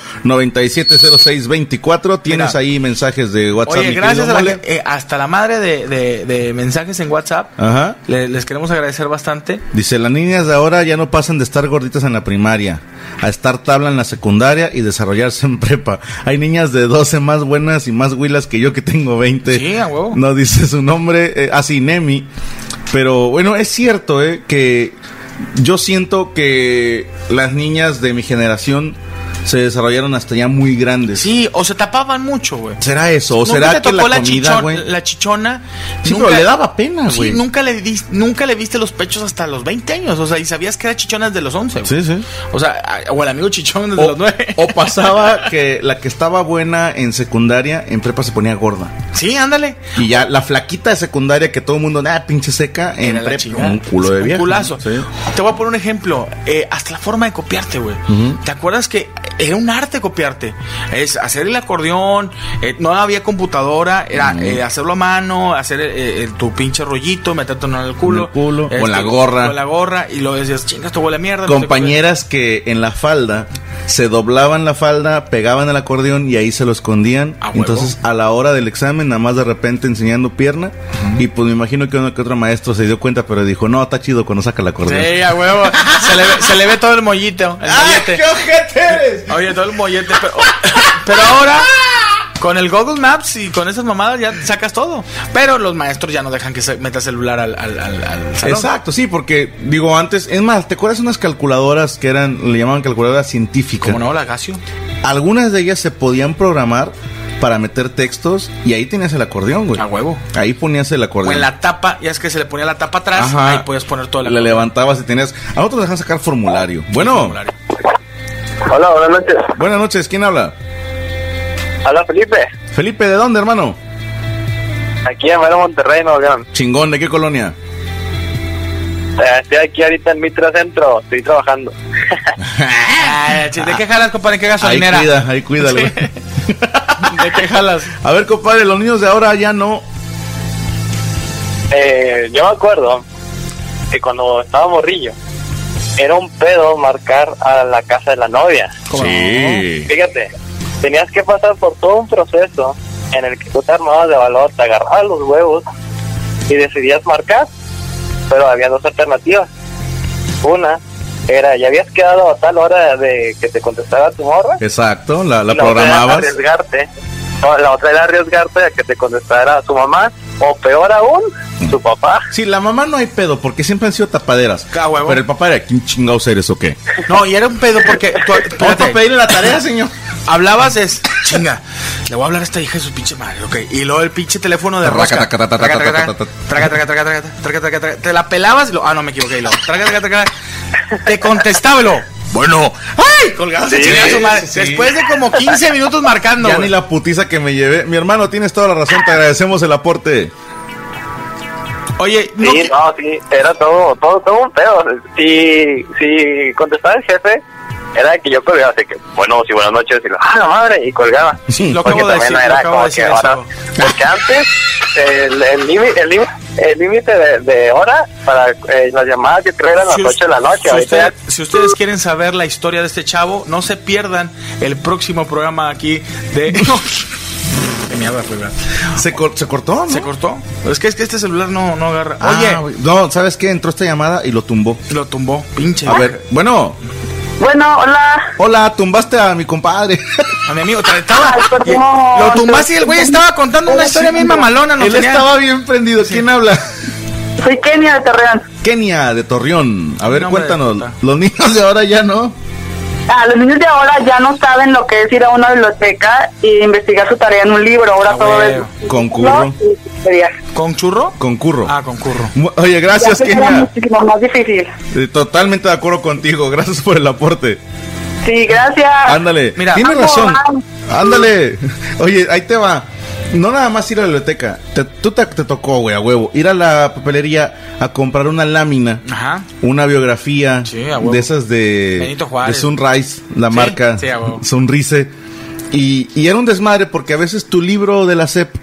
[SPEAKER 7] 9706 24. Tienes
[SPEAKER 6] Mira.
[SPEAKER 7] ahí mensajes de WhatsApp. mi
[SPEAKER 6] Oye,
[SPEAKER 7] querido
[SPEAKER 6] gracias a la
[SPEAKER 7] Mole.
[SPEAKER 6] gente, eh, hasta la madre de, de- de mensajes en WhatsApp.
[SPEAKER 7] Ajá.
[SPEAKER 6] Le- les queremos agradecer bastante.
[SPEAKER 7] Dice, las niñas de ahora ya no pasan de estar gorditas en la primaria, a estar tabla en la secundaria y desarrollarse en prepa. Hay niñas de 12 más buenas y más huilas que yo que tengo 20.
[SPEAKER 6] Sí, a huevo.
[SPEAKER 7] No dice su nombre, eh, así Nemi. Pero bueno, es cierto eh, que yo siento que las niñas de mi generación se desarrollaron hasta ya muy grandes.
[SPEAKER 6] Sí, o se tapaban mucho, güey.
[SPEAKER 7] ¿Será eso? ¿O
[SPEAKER 6] Nunca te
[SPEAKER 7] será que
[SPEAKER 6] tocó
[SPEAKER 7] la
[SPEAKER 6] la,
[SPEAKER 7] comida,
[SPEAKER 6] chichon-
[SPEAKER 7] güey?
[SPEAKER 6] la chichona.
[SPEAKER 7] Sí, pero le daba pena,
[SPEAKER 6] Sí,
[SPEAKER 7] güey.
[SPEAKER 6] nunca le, dis- nunca le viste los pechos hasta los 20 años. O sea, y sabías que era chichona desde los 11, güey.
[SPEAKER 7] Sí, sí.
[SPEAKER 6] O sea, a- o el amigo chichón desde
[SPEAKER 7] O-
[SPEAKER 6] los 9.
[SPEAKER 7] O pasaba que la que estaba buena en secundaria, en prepa se ponía gorda.
[SPEAKER 6] Sí, ándale.
[SPEAKER 7] Y ya la flaquita de secundaria que todo el mundo, nada, pinche seca, en
[SPEAKER 6] Era la
[SPEAKER 7] prepa.
[SPEAKER 6] chingada.
[SPEAKER 7] Un culo de
[SPEAKER 6] Un
[SPEAKER 7] vieja.
[SPEAKER 6] culazo.
[SPEAKER 7] Sí.
[SPEAKER 6] Te voy a poner un ejemplo. eh, hasta la forma de copiarte, güey.
[SPEAKER 7] Ujú.
[SPEAKER 6] ¿Te acuerdas que era un arte copiarte? Es hacer el acordeón, eh, no había computadora, era eh, hacerlo a mano, hacer eh, eh, tu pinche rollito, meterte en el culo.
[SPEAKER 7] En el culo,
[SPEAKER 6] Este,
[SPEAKER 7] con la gorra.
[SPEAKER 6] Con la gorra y lo decías, chinga, esto huele a mierda. no sé qué".
[SPEAKER 7] Compañeras que en la falda se doblaban la falda, pegaban el acordeón y ahí se lo escondían.
[SPEAKER 6] A huevo.
[SPEAKER 7] Entonces, a la hora del examen, nada más de repente enseñando pierna. Y pues me imagino que uno que otro maestro se dio cuenta, pero dijo, no, está chido cuando saca el acordeón.
[SPEAKER 6] Sí, a huevo. se, le ve, se le ve todo el mollito. El mollete.
[SPEAKER 7] ojete eres!
[SPEAKER 6] Oye, todo el mollete, pero, pero ahora con el Google Maps y con esas mamadas ya sacas todo. Pero los maestros ya no dejan que se meta celular al, al, al- al salón.
[SPEAKER 7] Exacto, sí, porque digo antes, es más, ¿te acuerdas unas calculadoras que eran, le llamaban calculadoras científicas?
[SPEAKER 6] Como no, la Casio.
[SPEAKER 7] Algunas de ellas se podían programar para meter textos y ahí tenías el acordeón, güey.
[SPEAKER 6] A huevo.
[SPEAKER 7] Ahí ponías el
[SPEAKER 6] O
[SPEAKER 7] acordeón.
[SPEAKER 6] Ah, en la tapa, ya es que se le ponía la tapa atrás,
[SPEAKER 7] Ajá.
[SPEAKER 6] ahí podías poner toda la.
[SPEAKER 7] Le levantabas y tenías. A nosotros nos dejan sacar formulario. Bueno,
[SPEAKER 6] Ah, formulario.
[SPEAKER 9] Hola, buenas noches.
[SPEAKER 7] buenas noches, ¿quién habla?
[SPEAKER 9] Hola, Felipe.
[SPEAKER 7] Felipe, ¿de dónde, hermano?
[SPEAKER 9] Aquí en Mero Monterrey, Nuevo León.
[SPEAKER 7] Chingón, ¿de qué colonia?
[SPEAKER 9] Eh, Estoy aquí ahorita en Mitra Centro. Estoy trabajando.
[SPEAKER 6] Ah, chi- ¿De qué jalas, compadre? ¿Qué
[SPEAKER 7] Ahí
[SPEAKER 6] gasolinera?
[SPEAKER 7] cuida, ahí cuida. güey.
[SPEAKER 6] ¿De qué jalas?
[SPEAKER 7] A ver, compadre, los niños de ahora ya no.
[SPEAKER 9] Eh, yo me acuerdo que cuando estaba morrillo, era un pedo marcar a la casa de la novia.
[SPEAKER 6] ¿Cómo
[SPEAKER 7] sí.
[SPEAKER 9] Fíjate, tenías que pasar por todo un proceso en el que tú te armabas de valor, te agarrabas los huevos y decidías marcar. Pero había dos alternativas. Una era, ya habías quedado a tal hora de que te contestara tu morra.
[SPEAKER 7] Exacto, la, la
[SPEAKER 9] otra era
[SPEAKER 7] programabas.
[SPEAKER 9] arriesgarte. No, la otra era arriesgarte a que te contestara su mamá. O peor aún, su papá.
[SPEAKER 7] Sí, la mamá no hay pedo porque siempre han sido tapaderas.
[SPEAKER 6] Ah, huevo.
[SPEAKER 7] Pero el papá era, ¿quién chingados eres o qué?
[SPEAKER 6] no? No, y era un pedo porque. tú-
[SPEAKER 7] Vamos
[SPEAKER 6] espérate.
[SPEAKER 7] a pedirle la tarea, señor.
[SPEAKER 6] Hablabas es, chinga, le voy a hablar a esta hija de su pinche madre, ok. Y luego el pinche teléfono de rosca. Traca, traca, traca, traca, traca, traca, traca, traca, traca, traca. Te la pelabas y lo, ah, no, me equivoqué. Y luego, traca, traca, traca. Te contestaba y lo, bueno, ¡ay! Colgaste,
[SPEAKER 7] Sí,
[SPEAKER 6] chinga su madre.
[SPEAKER 7] sí.
[SPEAKER 6] Después de como 15 minutos marcando,
[SPEAKER 7] ya
[SPEAKER 6] güey.
[SPEAKER 7] ni la putiza que me llevé. Mi hermano, tienes toda la razón, te agradecemos el aporte.
[SPEAKER 6] Oye, no,
[SPEAKER 9] Sí,
[SPEAKER 6] qui-
[SPEAKER 9] no, sí, era todo, todo, todo un pedo. Si, si contestaba el jefe, era que yo colgaba, así que, bueno, sí, buenas noches, y lo, ah, la madre, y colgaba.
[SPEAKER 7] Sí,
[SPEAKER 6] lo
[SPEAKER 9] Porque
[SPEAKER 6] acabo de
[SPEAKER 9] también
[SPEAKER 6] decir, lo
[SPEAKER 9] era
[SPEAKER 6] acabo
[SPEAKER 9] como
[SPEAKER 6] de decir
[SPEAKER 9] que ahora-
[SPEAKER 6] eso.
[SPEAKER 9] Porque antes, el el límite el límite- el límite de, de hora para eh, las llamadas que traían a las
[SPEAKER 6] Si
[SPEAKER 9] 8 de la noche,
[SPEAKER 6] us- si
[SPEAKER 9] ahorita
[SPEAKER 6] usted-
[SPEAKER 9] ya-
[SPEAKER 6] si ustedes quieren saber la historia de este chavo, no se pierdan el próximo programa aquí de. Qué mierda fue, ¿verdad?
[SPEAKER 7] ¿Se, cor- se cortó? ¿no?
[SPEAKER 6] ¿Se cortó? Es que, es que este celular no, no agarra.
[SPEAKER 7] Ah,
[SPEAKER 6] Oye,
[SPEAKER 7] güey. no, ¿sabes qué? Entró esta llamada y lo tumbó.
[SPEAKER 6] Lo tumbó, pinche.
[SPEAKER 7] A ver, bueno,
[SPEAKER 11] Bueno, hola.
[SPEAKER 7] hola, tumbaste a mi compadre.
[SPEAKER 6] A mi amigo, te estaba.
[SPEAKER 11] Ay, perdón.
[SPEAKER 6] lo tumbaste y el güey estaba contando una historia bien mamalona. No
[SPEAKER 7] Él
[SPEAKER 6] tenía-
[SPEAKER 7] estaba bien prendido. ¿Quién habla?
[SPEAKER 11] Soy Kenia de Torreón.
[SPEAKER 7] Kenia de Torreón. A ver,
[SPEAKER 6] No, hombre,
[SPEAKER 7] cuéntanos.
[SPEAKER 6] puta.
[SPEAKER 7] Los niños de ahora ya no.
[SPEAKER 11] Ah, los niños de ahora ya no saben lo que es ir a una biblioteca e investigar su tarea en un libro. Ahora
[SPEAKER 6] Ah,
[SPEAKER 11] todo
[SPEAKER 6] bueno.
[SPEAKER 11] es.
[SPEAKER 7] Concurro.
[SPEAKER 11] y tutorías.
[SPEAKER 6] ¿Con churro?
[SPEAKER 7] Concurro.
[SPEAKER 6] Ah, con curro.
[SPEAKER 7] Mu- Oye,
[SPEAKER 11] Ya
[SPEAKER 7] gracias,
[SPEAKER 11] antes era
[SPEAKER 7] Kenia.
[SPEAKER 11] muchísimo más difícil.
[SPEAKER 7] Eh, Totalmente de acuerdo contigo. Gracias por el aporte.
[SPEAKER 11] Sí, gracias.
[SPEAKER 9] Ah,
[SPEAKER 7] Ándale,
[SPEAKER 6] Mira,
[SPEAKER 7] tienes
[SPEAKER 11] ando,
[SPEAKER 7] razón.
[SPEAKER 11] ando.
[SPEAKER 7] Ándale. Oye, ahí te va. No nada más ir a la biblioteca. Te, tú te, te tocó, güey, a huevo. Ir a la papelería a comprar una lámina,
[SPEAKER 6] Ajá.
[SPEAKER 7] una biografía
[SPEAKER 6] Sí, a huevo.
[SPEAKER 7] de esas de,
[SPEAKER 6] Benito Juárez.
[SPEAKER 7] de Sunrise, la
[SPEAKER 6] Sí,
[SPEAKER 7] marca
[SPEAKER 6] sí, a huevo.
[SPEAKER 7] Sunrise. Y, y era un desmadre porque a veces tu libro de la SEP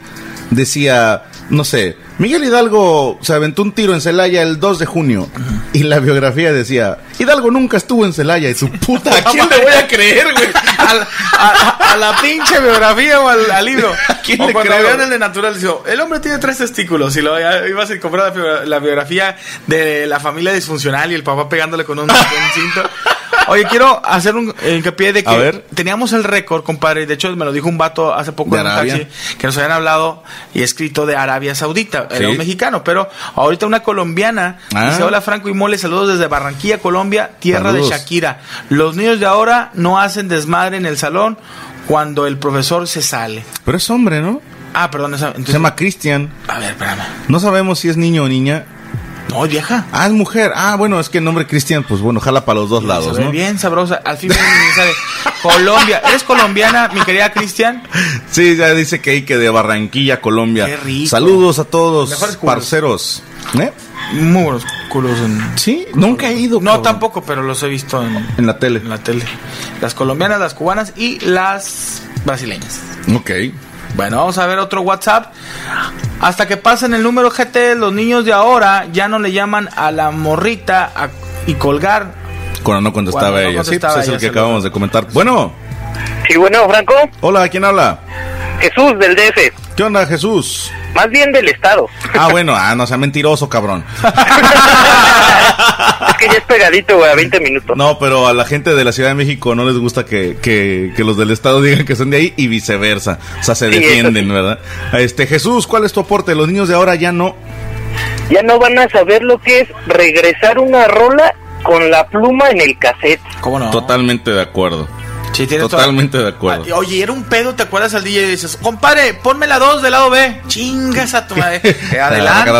[SPEAKER 7] decía no sé, Miguel Hidalgo se aventó un tiro en Celaya el 2 de junio y la biografía decía, Hidalgo nunca estuvo en Celaya y su puta...
[SPEAKER 6] ¿A quién le voy a creer, güey? A, la- a- a la pinche biografía o al, al libro.
[SPEAKER 7] quién
[SPEAKER 6] o
[SPEAKER 7] le
[SPEAKER 6] cuando
[SPEAKER 7] creo?
[SPEAKER 6] vean el de natural, digo, el hombre tiene tres testículos. Y lo ya ibas a comprar la, bio- la biografía de la familia disfuncional y el papá pegándole con un, un cinto. Oye, quiero hacer un hincapié de que
[SPEAKER 7] A ver.
[SPEAKER 6] teníamos el récord, compadre. De hecho, me lo dijo un vato hace poco
[SPEAKER 7] ¿De
[SPEAKER 6] en un
[SPEAKER 7] Arabia?
[SPEAKER 6] taxi que nos habían hablado y escrito de Arabia Saudita.
[SPEAKER 7] Sí.
[SPEAKER 6] Era un mexicano, pero ahorita una colombiana
[SPEAKER 7] Ah.
[SPEAKER 6] dice: Hola, Franco y Mole, saludos desde Barranquilla, Colombia, tierra
[SPEAKER 7] Saludos.
[SPEAKER 6] de Shakira. Los niños de ahora no hacen desmadre en el salón cuando el profesor se sale.
[SPEAKER 7] Pero es hombre, ¿no?
[SPEAKER 6] Ah, perdón, esa- entonces-
[SPEAKER 7] Se llama Cristian.
[SPEAKER 6] A ver, espérame.
[SPEAKER 7] No sabemos si es niño o niña.
[SPEAKER 6] No, es vieja.
[SPEAKER 7] Ah, es mujer. Ah, bueno, es que el nombre Cristian, pues bueno, jala para los dos
[SPEAKER 6] Se
[SPEAKER 7] lados,
[SPEAKER 6] ve
[SPEAKER 7] ¿no?
[SPEAKER 6] bien sabrosa. Al fin me sale. Colombia. ¿Eres colombiana, mi querida Cristian?
[SPEAKER 7] Sí, ya dice que que de Barranquilla, Colombia.
[SPEAKER 6] Qué rico.
[SPEAKER 7] Saludos a todos,
[SPEAKER 6] Mejores culos.
[SPEAKER 7] parceros. ¿Eh?
[SPEAKER 6] Muy buenos culos. En...
[SPEAKER 7] Sí, nunca he ido.
[SPEAKER 6] No,
[SPEAKER 7] cabrón.
[SPEAKER 6] tampoco, pero los he visto en,
[SPEAKER 7] En la tele.
[SPEAKER 6] en la tele. Las colombianas, las cubanas y las brasileñas.
[SPEAKER 7] Ok.
[SPEAKER 6] Bueno, vamos a ver otro WhatsApp. Hasta que pasen el número GT, los niños de ahora ya no le llaman a la morrita a- y colgar.
[SPEAKER 7] Cuando no contestaba
[SPEAKER 6] Cuando no
[SPEAKER 7] ella.
[SPEAKER 6] contestaba
[SPEAKER 7] sí, pues es
[SPEAKER 6] ella,
[SPEAKER 7] el que
[SPEAKER 6] se lo-
[SPEAKER 7] acabamos de comentar. Bueno,
[SPEAKER 9] Sí, bueno, Franco,
[SPEAKER 7] hola, ¿quién habla?
[SPEAKER 9] Jesús del DF,
[SPEAKER 7] ¿Qué onda, Jesús?
[SPEAKER 9] más bien del Estado.
[SPEAKER 7] Ah, bueno, ah, no sea mentiroso, cabrón.
[SPEAKER 9] Es que ya es pegadito, güey, a 20 minutos.
[SPEAKER 7] No, pero a la gente de la Ciudad de México no les gusta que, que- que los del Estado digan que son de ahí y viceversa. O sea, se
[SPEAKER 9] Sí, eso
[SPEAKER 7] defienden, ¿verdad? Este, Jesús, ¿cuál es tu aporte? Los niños de ahora ya no.
[SPEAKER 9] Ya no van a saber lo que es regresar una rola con la pluma en el cassette.
[SPEAKER 6] ¿Cómo no?
[SPEAKER 7] Totalmente de acuerdo.
[SPEAKER 6] Sí, tienes toda-
[SPEAKER 7] Totalmente de
[SPEAKER 6] Ah,
[SPEAKER 7] acuerdo.
[SPEAKER 6] y Oye, era un pedo, ¿te acuerdas al DJ? Y dices, compadre, ponme la 2 del lado B. Chingas a tu madre. Eh, Adelante.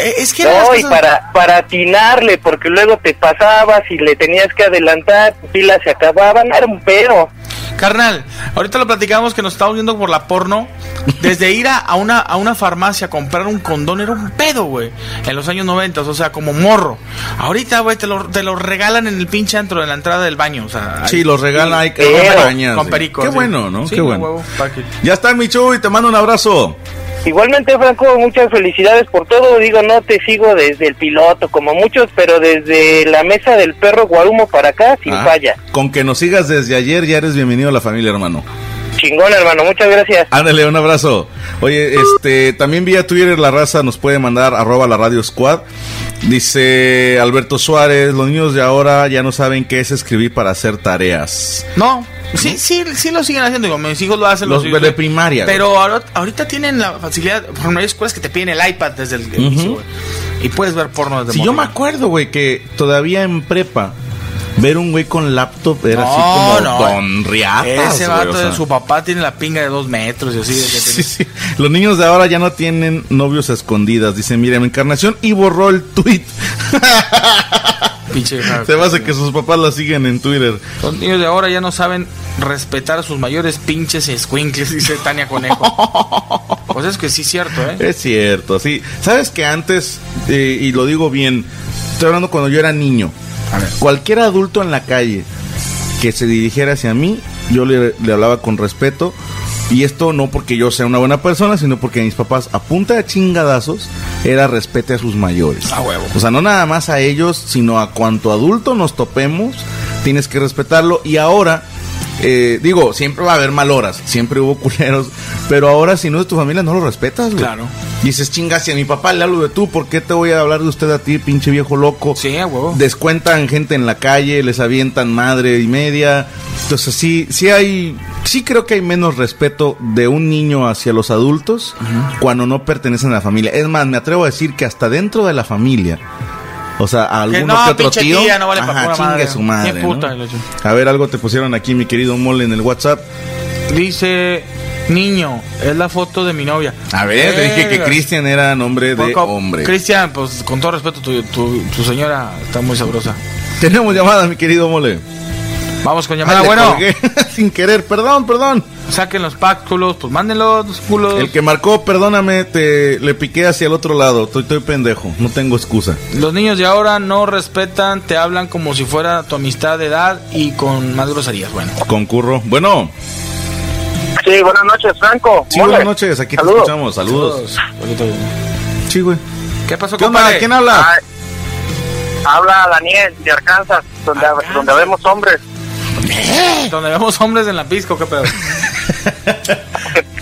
[SPEAKER 6] Eh, Es que eran las
[SPEAKER 9] No, y
[SPEAKER 6] cosas-
[SPEAKER 9] para, para atinarle, porque luego te pasabas y le tenías que adelantar, pilas se acababan, era un pedo.
[SPEAKER 6] Carnal, ahorita lo platicamos que nos estábamos viendo por la porno. Desde ir a, a una, a una farmacia a comprar un condón era un pedo, güey. En los años 90, o sea, como morro. Ahorita, güey, te lo, te lo regalan en el pinche antro de la entrada del baño. O sea, ahí-
[SPEAKER 7] Sí, los regala hay que
[SPEAKER 9] Pero-
[SPEAKER 7] campañas,
[SPEAKER 6] con
[SPEAKER 7] sí.
[SPEAKER 6] perico.
[SPEAKER 7] Qué
[SPEAKER 6] sí.
[SPEAKER 7] bueno, ¿no?
[SPEAKER 6] Sí,
[SPEAKER 7] Qué
[SPEAKER 6] a
[SPEAKER 7] bueno.
[SPEAKER 6] huevo, pa' que-
[SPEAKER 7] Ya está, mi Chuy, te mando un abrazo.
[SPEAKER 9] Igualmente, Franco, muchas felicidades por todo. Digo, no te sigo desde el piloto, como muchos, pero desde la mesa del perro Guarumo para acá, sin
[SPEAKER 7] Ah,
[SPEAKER 9] falla.
[SPEAKER 7] Con que nos sigas desde ayer, ya eres bienvenido a la familia, hermano.
[SPEAKER 9] Chingón, hermano, muchas gracias.
[SPEAKER 7] Ándale, un abrazo. Oye, este, también vía Twitter la raza nos puede mandar arroba la radio squad. Dice Alberto Suárez, los niños de ahora ya no saben qué es escribir para hacer tareas.
[SPEAKER 6] No, sí, sí, sí lo siguen haciendo. Digo, mis hijos lo hacen.
[SPEAKER 7] Los
[SPEAKER 6] hijos-
[SPEAKER 7] de primaria, güey.
[SPEAKER 6] Pero ahora- ahorita tienen la facilidad. Por ejemplo, hay escuelas que te piden el iPad desde el inicio, güey. Y puedes ver porno desde
[SPEAKER 7] Si yo me
[SPEAKER 6] morrillo.
[SPEAKER 7] acuerdo, güey, que todavía en prepa ver un güey con laptop era así como don riatas,
[SPEAKER 6] Ese
[SPEAKER 7] Ah, güey,
[SPEAKER 6] vato
[SPEAKER 7] o sea.
[SPEAKER 6] de su papá tiene la pinga de dos metros y así. de que
[SPEAKER 7] Sí,
[SPEAKER 6] tiene-
[SPEAKER 7] sí. Los niños de ahora ya no tienen novios a escondidas. Dice, mira, mi encarnación y borró el tweet.
[SPEAKER 6] Ah, Pinche.
[SPEAKER 7] Se me hace que sus papás la siguen en Twitter.
[SPEAKER 6] Los niños de ahora ya no saben respetar a sus mayores pinches escuincles, dice Tania Conejo. pues es que sí, es cierto, ¿eh?
[SPEAKER 7] Es cierto, sí. Sabes que antes, eh, y lo digo bien, estoy hablando cuando yo era niño,
[SPEAKER 6] A ver.
[SPEAKER 7] cualquier adulto en la calle que se dirigiera hacia mí, yo le, le hablaba con respeto. Y esto no porque yo sea una buena persona, sino porque mis papás, a punta de chingadazos, era respete a sus mayores.
[SPEAKER 6] A huevo.
[SPEAKER 7] O sea, no nada más a ellos, sino a cuanto adulto nos topemos, tienes que respetarlo. Y ahora, eh, digo, siempre va a haber mal horas, siempre hubo culeros, pero ahora si no es tu familia no lo respetas, güey.
[SPEAKER 6] Claro.
[SPEAKER 7] Dices, chinga, si a mi papá le hablo de tú, ¿por qué te voy a hablar de usted a ti, pinche viejo loco?
[SPEAKER 6] Sí, a huevo.
[SPEAKER 7] Descuentan gente en la calle, les avientan madre y media. Entonces sí, sí hay, sí creo que hay menos respeto de un niño hacia los adultos cuando no pertenecen a la familia. Es más, me atrevo a decir que hasta dentro de la familia. O sea, a
[SPEAKER 6] Que
[SPEAKER 7] alguno
[SPEAKER 6] no,
[SPEAKER 7] que otro
[SPEAKER 6] pinche
[SPEAKER 7] tío.
[SPEAKER 6] tía, no vale pa'
[SPEAKER 7] ajá,
[SPEAKER 6] pura
[SPEAKER 7] chingue
[SPEAKER 6] madre.
[SPEAKER 7] su madre.
[SPEAKER 6] Qué puta,
[SPEAKER 7] ¿no?
[SPEAKER 6] le echo.
[SPEAKER 7] A ver, algo te pusieron aquí, mi querido Mole, en el WhatsApp.
[SPEAKER 6] Dice, niño, es la foto de mi novia.
[SPEAKER 7] A ver, te dije que
[SPEAKER 6] Verga.
[SPEAKER 7] Cristian era nombre de
[SPEAKER 6] Poco-
[SPEAKER 7] hombre.
[SPEAKER 6] Cristian, pues con todo respeto, tu, tu, tu señora está muy sabrosa.
[SPEAKER 7] Tenemos llamada, mi querido Mole.
[SPEAKER 6] Vamos con llamada.
[SPEAKER 7] Ay, Ah, le
[SPEAKER 6] bueno,
[SPEAKER 7] colgué Sin querer, perdón, perdón.
[SPEAKER 6] saquen los páculos, pues mándenlos, los culos.
[SPEAKER 7] El que marcó, perdóname, te le piqué hacia el otro lado. Estoy, estoy pendejo, no tengo excusa.
[SPEAKER 6] Los niños de ahora no respetan, te hablan como si fuera tu amistad de edad y con más groserías. Bueno,
[SPEAKER 7] Concurro. Bueno,
[SPEAKER 9] Sí, buenas noches, Franco.
[SPEAKER 7] Sí,
[SPEAKER 9] Mole.
[SPEAKER 7] buenas noches, aquí te
[SPEAKER 9] Saludos.
[SPEAKER 7] escuchamos, saludos. Sí, güey.
[SPEAKER 6] ¿Qué pasó,
[SPEAKER 7] ¿Qué onda?
[SPEAKER 9] compadre?
[SPEAKER 7] ¿Quién habla?
[SPEAKER 9] Ay, habla Daniel de Arkansas, donde, donde vemos hombres.
[SPEAKER 6] Donde vemos hombres en la pisco, qué pedo.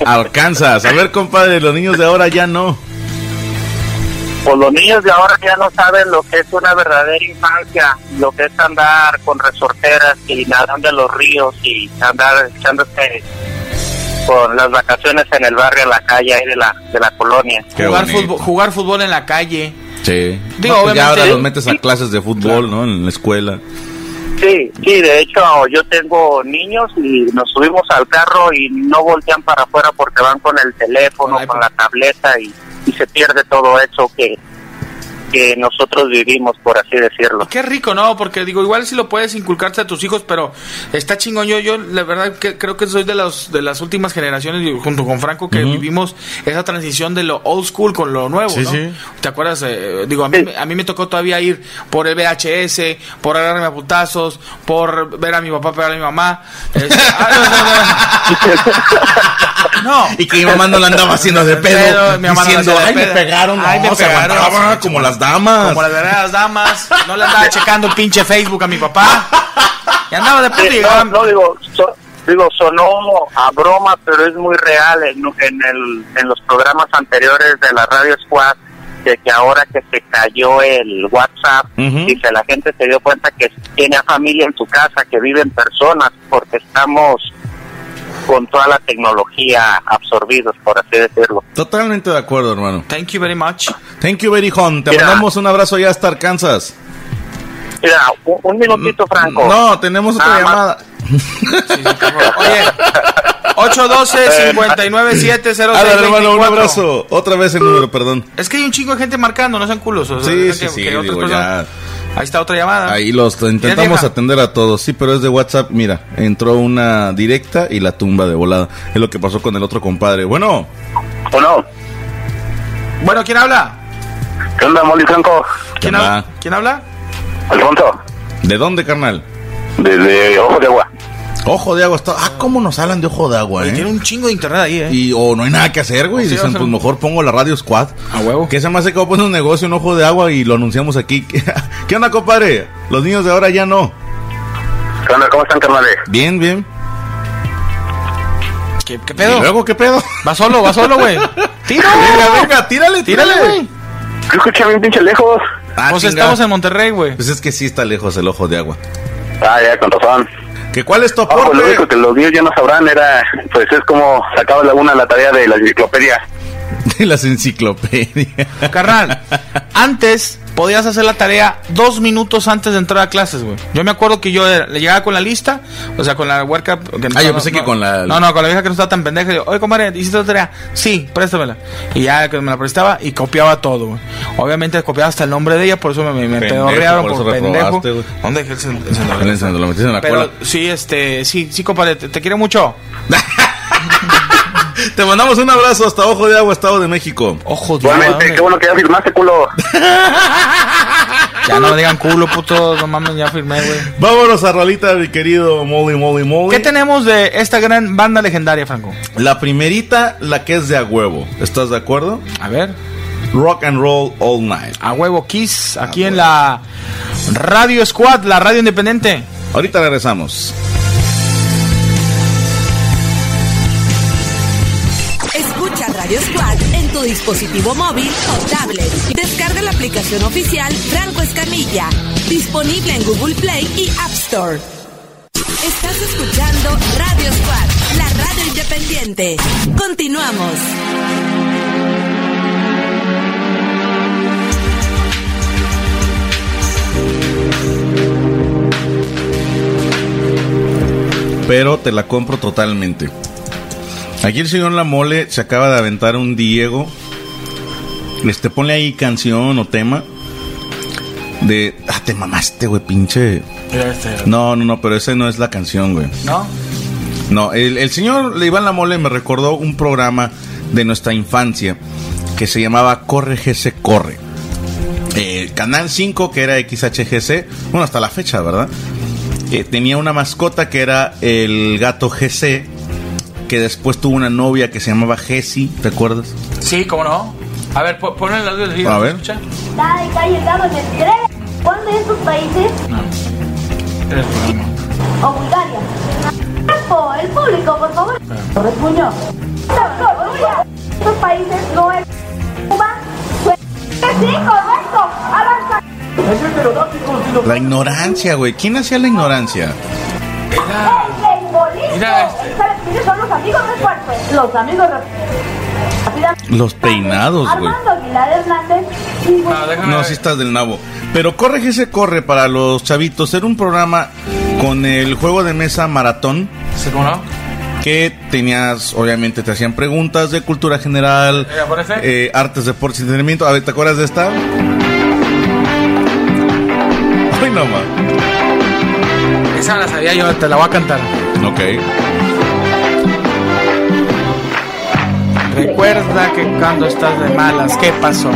[SPEAKER 7] Alcanzas. A ver, compadre, los niños de ahora ya no.
[SPEAKER 9] Pues los niños de ahora ya no saben lo que es una verdadera infancia, lo que es andar con resorteras y nadando en los ríos y andar echándose con las vacaciones en el barrio, en la calle ahí de la, de la colonia.
[SPEAKER 6] Jugar fútbol, jugar fútbol en la calle.
[SPEAKER 7] Sí.
[SPEAKER 6] Digo,
[SPEAKER 7] No, pues ya
[SPEAKER 6] obviamente-
[SPEAKER 7] ahora los metes a clases de fútbol, ¿no? En la escuela.
[SPEAKER 9] Sí, sí, de hecho yo tengo niños y nos subimos al carro y no voltean para afuera porque van con el teléfono, con la tableta y, y se pierde todo eso que, que nosotros vivimos, por así decirlo.
[SPEAKER 6] Qué rico, ¿no? Porque digo, igual si lo puedes inculcarse a tus hijos, pero está chingón. Yo, yo la verdad que creo que soy de las de las últimas generaciones, digo, junto con Franco, que vivimos esa transición de lo old school con lo nuevo,
[SPEAKER 7] Sí,
[SPEAKER 6] ¿no?
[SPEAKER 7] sí.
[SPEAKER 6] ¿Te acuerdas? Eh, digo, a mí, me- a mí me tocó todavía ir por el VHS, por agarrarme a putazos, por ver a mi papá pegar a mi mamá. Este, ah, no, no, no. No.
[SPEAKER 7] Y que mi mamá no la andaba haciendo de pedo.
[SPEAKER 6] mi mamá no la
[SPEAKER 7] diciendo,
[SPEAKER 6] hacía
[SPEAKER 7] ay,
[SPEAKER 6] de
[SPEAKER 7] me
[SPEAKER 6] pedo.
[SPEAKER 7] pegaron.
[SPEAKER 6] Ay,
[SPEAKER 7] no,
[SPEAKER 6] me
[SPEAKER 7] se
[SPEAKER 6] pegaron.
[SPEAKER 7] aguantaba como las damas.
[SPEAKER 6] Como las verdaderas damas. No le andaba checando el pinche Facebook a mi papá. Y andaba de puta y
[SPEAKER 9] Sí,
[SPEAKER 6] llegaba-
[SPEAKER 9] no, no, digo, so- digo, sonó a broma, pero es muy real en, en el, en los programas anteriores de la Radio Squad, de que ahora que se cayó el WhatsApp
[SPEAKER 12] Ujú.
[SPEAKER 9] y que la gente se dio cuenta que tiene a familia en su casa, que viven personas, porque estamos con toda la tecnología absorbidos, por así decirlo.
[SPEAKER 7] Totalmente de acuerdo, hermano.
[SPEAKER 6] Thank you very much.
[SPEAKER 7] Thank you, very hon. Te mandamos un abrazo allá hasta Arkansas.
[SPEAKER 9] Mira, un, un minutito, Franco.
[SPEAKER 7] Mm,
[SPEAKER 9] Ah,
[SPEAKER 7] No, tenemos otra
[SPEAKER 9] Nada más.
[SPEAKER 7] llamada.
[SPEAKER 6] 812-5970624.
[SPEAKER 7] A ver, hermano, un abrazo. Otra vez el número, perdón.
[SPEAKER 6] Es que hay un chingo de gente marcando, no sean culos. o sea,
[SPEAKER 7] Sí,
[SPEAKER 6] Pues, que-
[SPEAKER 7] sí, sí,
[SPEAKER 6] que Ah. otras
[SPEAKER 7] digo,
[SPEAKER 6] personas- Ahí está otra llamada.
[SPEAKER 7] Ahí los intentamos atender a todos, sí, pero es de WhatsApp. Mira, entró una directa y la tumba de volada. Es lo que pasó con el otro compadre. Bueno,
[SPEAKER 9] Bueno,
[SPEAKER 6] Bueno, ¿quién habla?
[SPEAKER 9] ¿qué onda, Molly Franco?
[SPEAKER 6] ¿Quién habla? ¿Quién habla?
[SPEAKER 9] Alfonso.
[SPEAKER 7] ¿De dónde, carnal?
[SPEAKER 9] Desde Ojo de Agua.
[SPEAKER 7] Ojo de agua está. Ah, cómo nos hablan de ojo de agua, eh.
[SPEAKER 6] Tiene un chingo de internet ahí, eh.
[SPEAKER 7] Y o no hay nada que hacer, güey.
[SPEAKER 6] Sí,
[SPEAKER 7] Dicen,
[SPEAKER 6] o sea-
[SPEAKER 7] pues mejor pongo la radio squad. A huevo. Que se me hace que voy a poner un negocio, un ojo de agua y lo anunciamos aquí. ¿Qué onda, compadre? Los niños de ahora ya no.
[SPEAKER 9] ¿Qué onda? ¿Cómo están, carnales?
[SPEAKER 7] Bien, bien.
[SPEAKER 6] ¿Qué, pedo?
[SPEAKER 7] ¿Y luego qué pedo?
[SPEAKER 6] Va solo, va solo, güey. ¡Tira!
[SPEAKER 7] Venga, venga, tírale, tírale,
[SPEAKER 6] Tírale, güey.
[SPEAKER 9] Yo escuché bien pinche lejos.
[SPEAKER 7] Ah,
[SPEAKER 6] Pues
[SPEAKER 7] chinga.
[SPEAKER 6] estamos en Monterrey, güey.
[SPEAKER 7] Pues es que sí está lejos el ojo de agua.
[SPEAKER 9] Ah, ya, con razón.
[SPEAKER 7] ¿Que ¿Cuál es tu
[SPEAKER 9] Ah, pues
[SPEAKER 7] aporte?
[SPEAKER 9] lo único que los niños ya no sabrán era, pues es como sacaba la una la tarea de la enciclopedia.
[SPEAKER 7] de las enciclopedias.
[SPEAKER 6] Carnal, antes podías hacer la tarea dos minutos antes de entrar a clases, güey. Yo me acuerdo que yo era- le llegaba con la lista, o sea, con la huerca. que no-
[SPEAKER 7] Ah, yo
[SPEAKER 6] no-
[SPEAKER 7] pensé
[SPEAKER 6] no-
[SPEAKER 7] que con la-
[SPEAKER 6] No, no, con la vieja que no estaba tan pendeja. Yo, oye, compadre, ¿hiciste la tarea? Sí, préstamela. Y ya que me la prestaba y copiaba todo, güey. Obviamente copiaba hasta el nombre de ella, por eso me, me, me
[SPEAKER 7] Pendejo,
[SPEAKER 6] pedorrearon
[SPEAKER 7] por
[SPEAKER 6] por,
[SPEAKER 7] eso
[SPEAKER 6] pendejo.
[SPEAKER 7] reprobaste, güey.
[SPEAKER 6] ¿Dónde dejé el cel- el celular?
[SPEAKER 7] Lo metiste en la
[SPEAKER 6] Pero
[SPEAKER 7] cola.
[SPEAKER 6] sí, este, sí, sí, compadre, te, te quiero mucho.
[SPEAKER 7] Te mandamos un abrazo hasta Ojo de Agua, Estado de México.
[SPEAKER 6] Ojo de agua.
[SPEAKER 9] Igualmente,
[SPEAKER 6] ¿dónde?
[SPEAKER 9] qué bueno que ya firmaste, culo.
[SPEAKER 6] Ya no me digan culo, puto, no mames, ya firmé, güey.
[SPEAKER 7] Vámonos a Rolita, mi querido Molly, Molly, Molly.
[SPEAKER 6] ¿Qué tenemos de esta gran banda legendaria, Franco?
[SPEAKER 7] La primerita, la que es de a huevo. ¿Estás de acuerdo?
[SPEAKER 6] A ver.
[SPEAKER 7] Rock and roll all night.
[SPEAKER 6] A huevo Kiss, aquí en la Radio Squad, la radio independiente.
[SPEAKER 7] Ahorita regresamos.
[SPEAKER 3] Escucha Radio Squad en tu dispositivo móvil o tablet. Descarga la aplicación oficial Franco Escamilla, disponible en Google Play y App Store. Estás escuchando Radio Squad, la radio independiente. Continuamos.
[SPEAKER 7] Pero te la compro totalmente. Aquí el señor La Mole se acaba de aventar un Diego. Este, ponle ahí canción o tema. De. Ah, te mamaste, güey, pinche. No, no, no, pero esa no es la canción, güey.
[SPEAKER 6] ¿No?
[SPEAKER 7] No, el, el señor Iván La Mole me recordó un programa de nuestra infancia que se llamaba Corre GC Corre. Eh, Canal 5, que era XHGC, bueno, hasta la fecha, ¿verdad? Eh, tenía una mascota que era el gato GC que después tuvo una novia que se llamaba Jessie, ¿te acuerdas?
[SPEAKER 6] Sí, cómo no. A ver, po- ponle el audio del video.
[SPEAKER 7] A ver.
[SPEAKER 6] ¿escucha?
[SPEAKER 12] Dale, calle, dame, me entrega. ¿Cuál de estos países? O Bulgaria. Tiempo, El público, por favor. Por el puño. Estos países no es Cuba. Sue- Sí, correcto. Avanza.
[SPEAKER 7] La ignorancia, güey. ¿Quién hacía la ignorancia?
[SPEAKER 12] El beisbolista.
[SPEAKER 6] Mira eh,
[SPEAKER 12] ¿Sabes quiénes son los amigos del cuerpo? Los amigos de... Así da-
[SPEAKER 7] Los peinados, güey.
[SPEAKER 12] Armando Aguilar Hernández y
[SPEAKER 6] Ah,
[SPEAKER 7] No, si estás del nabo. Pero corre que se corre para los chavitos. Era un programa con el juego de mesa maratón. Que tenías, obviamente, te hacían preguntas de cultura general,
[SPEAKER 6] Mira, por ese.
[SPEAKER 7] eh, artes, deportes y entretenimiento. A ver, ¿te acuerdas de esta? Ay, no más.
[SPEAKER 6] Esa me la sabía yo, te la voy a cantar.
[SPEAKER 7] Ok.
[SPEAKER 6] Recuerda que cuando estás de malas, ¿qué pasó?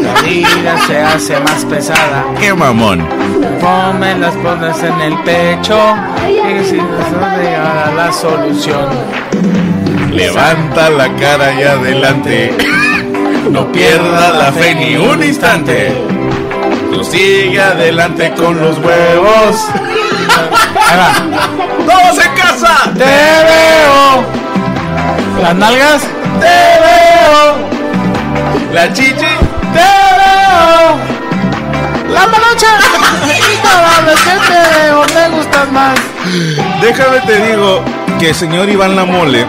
[SPEAKER 6] La vida se hace más pesada.
[SPEAKER 7] ¡Qué mamón!
[SPEAKER 6] Ponme las pones en el pecho y si no llegará la solución.
[SPEAKER 7] Levanta la cara y adelante. No pierda la fe ni un instante. Tú sigue adelante con los huevos. ¡Todos en casa!
[SPEAKER 6] ¡Te veo! ¿Las nalgas? ¡Te veo!
[SPEAKER 7] La chichi.
[SPEAKER 6] ¡Te veo! ¡La manocha! ¡Cada vez que te veo me gustas más!
[SPEAKER 7] Déjame te digo que el señor Iván Lamole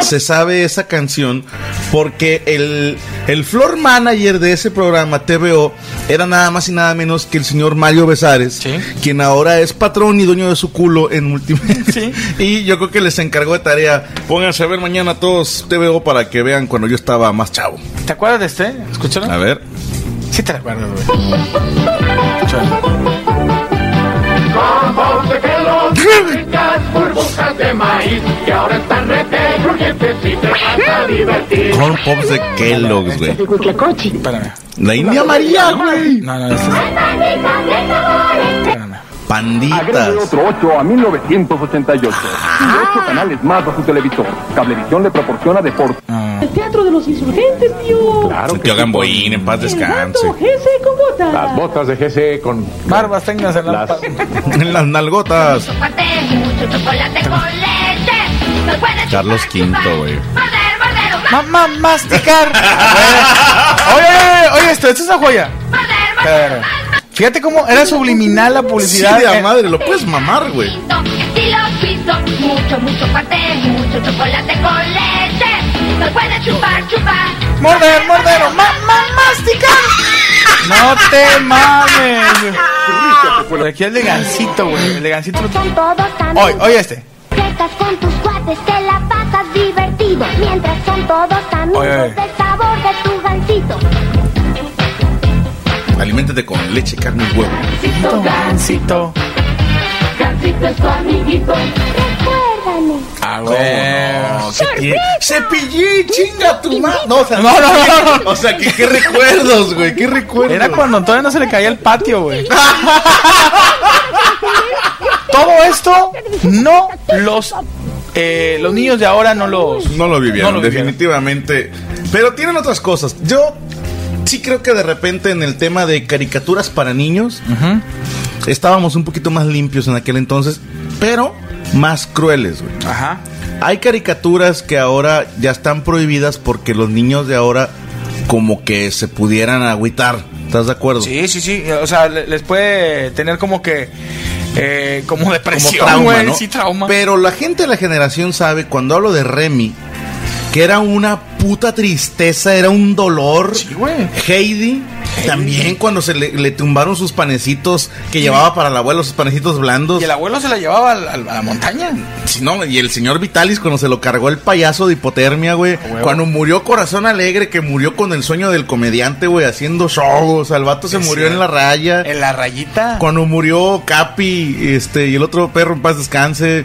[SPEAKER 7] se sabe esa canción porque el, el floor manager de ese programa, TVO, era nada más y nada menos que el señor Mario Besares, quien ahora es patrón y dueño de su culo en Multimedia. Y yo creo que les encargó de tarea. Pónganse a ver mañana todos TVO para que vean cuando yo estaba más chavo.
[SPEAKER 6] ¿Te acuerdas de este? Escúchalo.
[SPEAKER 7] A ver.
[SPEAKER 6] Sí te acuerdas, güey.
[SPEAKER 10] por buscas de maíz que ahora están retribuyentes y te vas a divertir.
[SPEAKER 7] Corn Pops de Kellogg's, güey.
[SPEAKER 6] Espérame.
[SPEAKER 7] La India María, güey.
[SPEAKER 6] No, no, este
[SPEAKER 7] Panditas.
[SPEAKER 13] otro 8 a 1988. Y ocho canales más bajo su televisor. Cablevisión le proporciona deporte.
[SPEAKER 14] El teatro de los insurgentes, tío.
[SPEAKER 7] Tío Gamboín, en paz descanse.
[SPEAKER 14] Ese con botas.
[SPEAKER 13] Las botas de GC con...
[SPEAKER 6] Barbas, tengas en
[SPEAKER 13] las...
[SPEAKER 7] En las nalgotas.
[SPEAKER 12] Chocolate, mucho chocolate con leche. No puedes
[SPEAKER 7] Carlos V, güey.
[SPEAKER 12] morder, morder,
[SPEAKER 6] Mamá, masticar. oye, oye, esto, esto es una joya. Espera, Fíjate cómo era subliminal la publicidad.
[SPEAKER 7] Sí, de la
[SPEAKER 6] Eh,
[SPEAKER 7] madre, lo puedes mamar, güey.
[SPEAKER 12] Si lo piso, mucho, mucho parte, mucho chocolate con leche. No puedes chupar, chupar.
[SPEAKER 6] Morder, morder, o ma, ma, masticar. No te mames. Pero aquí es de gancito, güey. El de gancito.
[SPEAKER 12] Son todos amigos.
[SPEAKER 6] Oye, oye este.
[SPEAKER 12] Que estás con tus cuates, te la pasas divertido. Mientras son todos amigos
[SPEAKER 7] Oye, oye.
[SPEAKER 12] del sabor de tu gancito.
[SPEAKER 7] Aliméntate con leche, carne y huevo.
[SPEAKER 6] Gancito, gancito.
[SPEAKER 12] Gancito es tu amiguito. Recuérdame.
[SPEAKER 7] Ah, no, qué tie- Cepillín, chinga tu madre. No, o sea,
[SPEAKER 6] No, no,
[SPEAKER 7] O sea, que qué recuerdos, güey, qué recuerdos.
[SPEAKER 6] Era cuando todavía no se le caía el patio, güey. Todo esto no los eh, los niños de ahora no los
[SPEAKER 7] No lo vivieron,
[SPEAKER 6] No lo vivieron.
[SPEAKER 7] definitivamente. Pero tienen otras cosas. Yo sí creo que de repente en el tema de caricaturas para niños estábamos un poquito más limpios en aquel entonces, pero más crueles, güey.
[SPEAKER 6] Ajá.
[SPEAKER 7] Hay caricaturas que ahora ya están prohibidas porque los niños de ahora como que se pudieran agüitar. ¿Estás de acuerdo?
[SPEAKER 6] Sí, sí, sí. O sea, le- les puede tener como que. eh, como
[SPEAKER 7] como
[SPEAKER 6] depresión,
[SPEAKER 7] trauma,
[SPEAKER 6] güey,
[SPEAKER 7] ¿no?
[SPEAKER 6] Sí, trauma.
[SPEAKER 7] Pero la gente de la generación sabe, cuando hablo de Remy, que era una puta tristeza, era un dolor. Heidi, también cuando se le, le tumbaron sus panecitos que llevaba para el abuelo, sus panecitos blandos.
[SPEAKER 6] Y el abuelo se la llevaba al- al- a la montaña.
[SPEAKER 7] Sí, no, y el señor Vitalis cuando se lo cargó el payaso de hipotermia, güey.
[SPEAKER 6] huevo.
[SPEAKER 7] Cuando murió Corazón Alegre, que murió con el sueño del comediante, güey, haciendo shows. el vato se
[SPEAKER 6] Sí,
[SPEAKER 7] murió
[SPEAKER 6] sí.
[SPEAKER 7] en la raya.
[SPEAKER 6] En la rayita.
[SPEAKER 7] Cuando murió Capi, este, y el otro perro en paz descanse.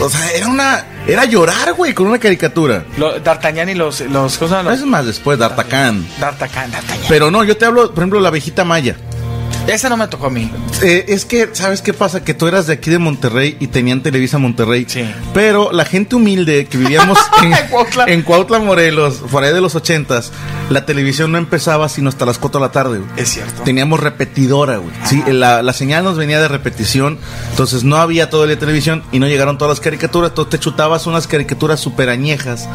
[SPEAKER 7] O sea, era una. Era llorar, güey, con una caricatura.
[SPEAKER 6] Lo- D'Artagnan y los. los ¿Cómo se llama?
[SPEAKER 7] No, eso es más después, D'Artacán.
[SPEAKER 6] D'Artagnan, D'Artagnan.
[SPEAKER 7] Pero no, yo te hablo, por ejemplo, la abejita maya.
[SPEAKER 6] Esa no me tocó a mí.
[SPEAKER 7] Eh, es que, ¿sabes qué pasa? Que tú eras de aquí de Monterrey y tenían Televisa Monterrey. Pero la gente humilde que vivíamos en, en Cuautla. Morelos, por ahí de los ochentas, la televisión no empezaba sino hasta las 4 de la tarde.
[SPEAKER 6] Es cierto.
[SPEAKER 7] Teníamos repetidora, güey. Sí, la, la señal nos venía de repetición, entonces no había todo el día televisión y no llegaron todas las caricaturas, entonces te chutabas unas caricaturas súper añejas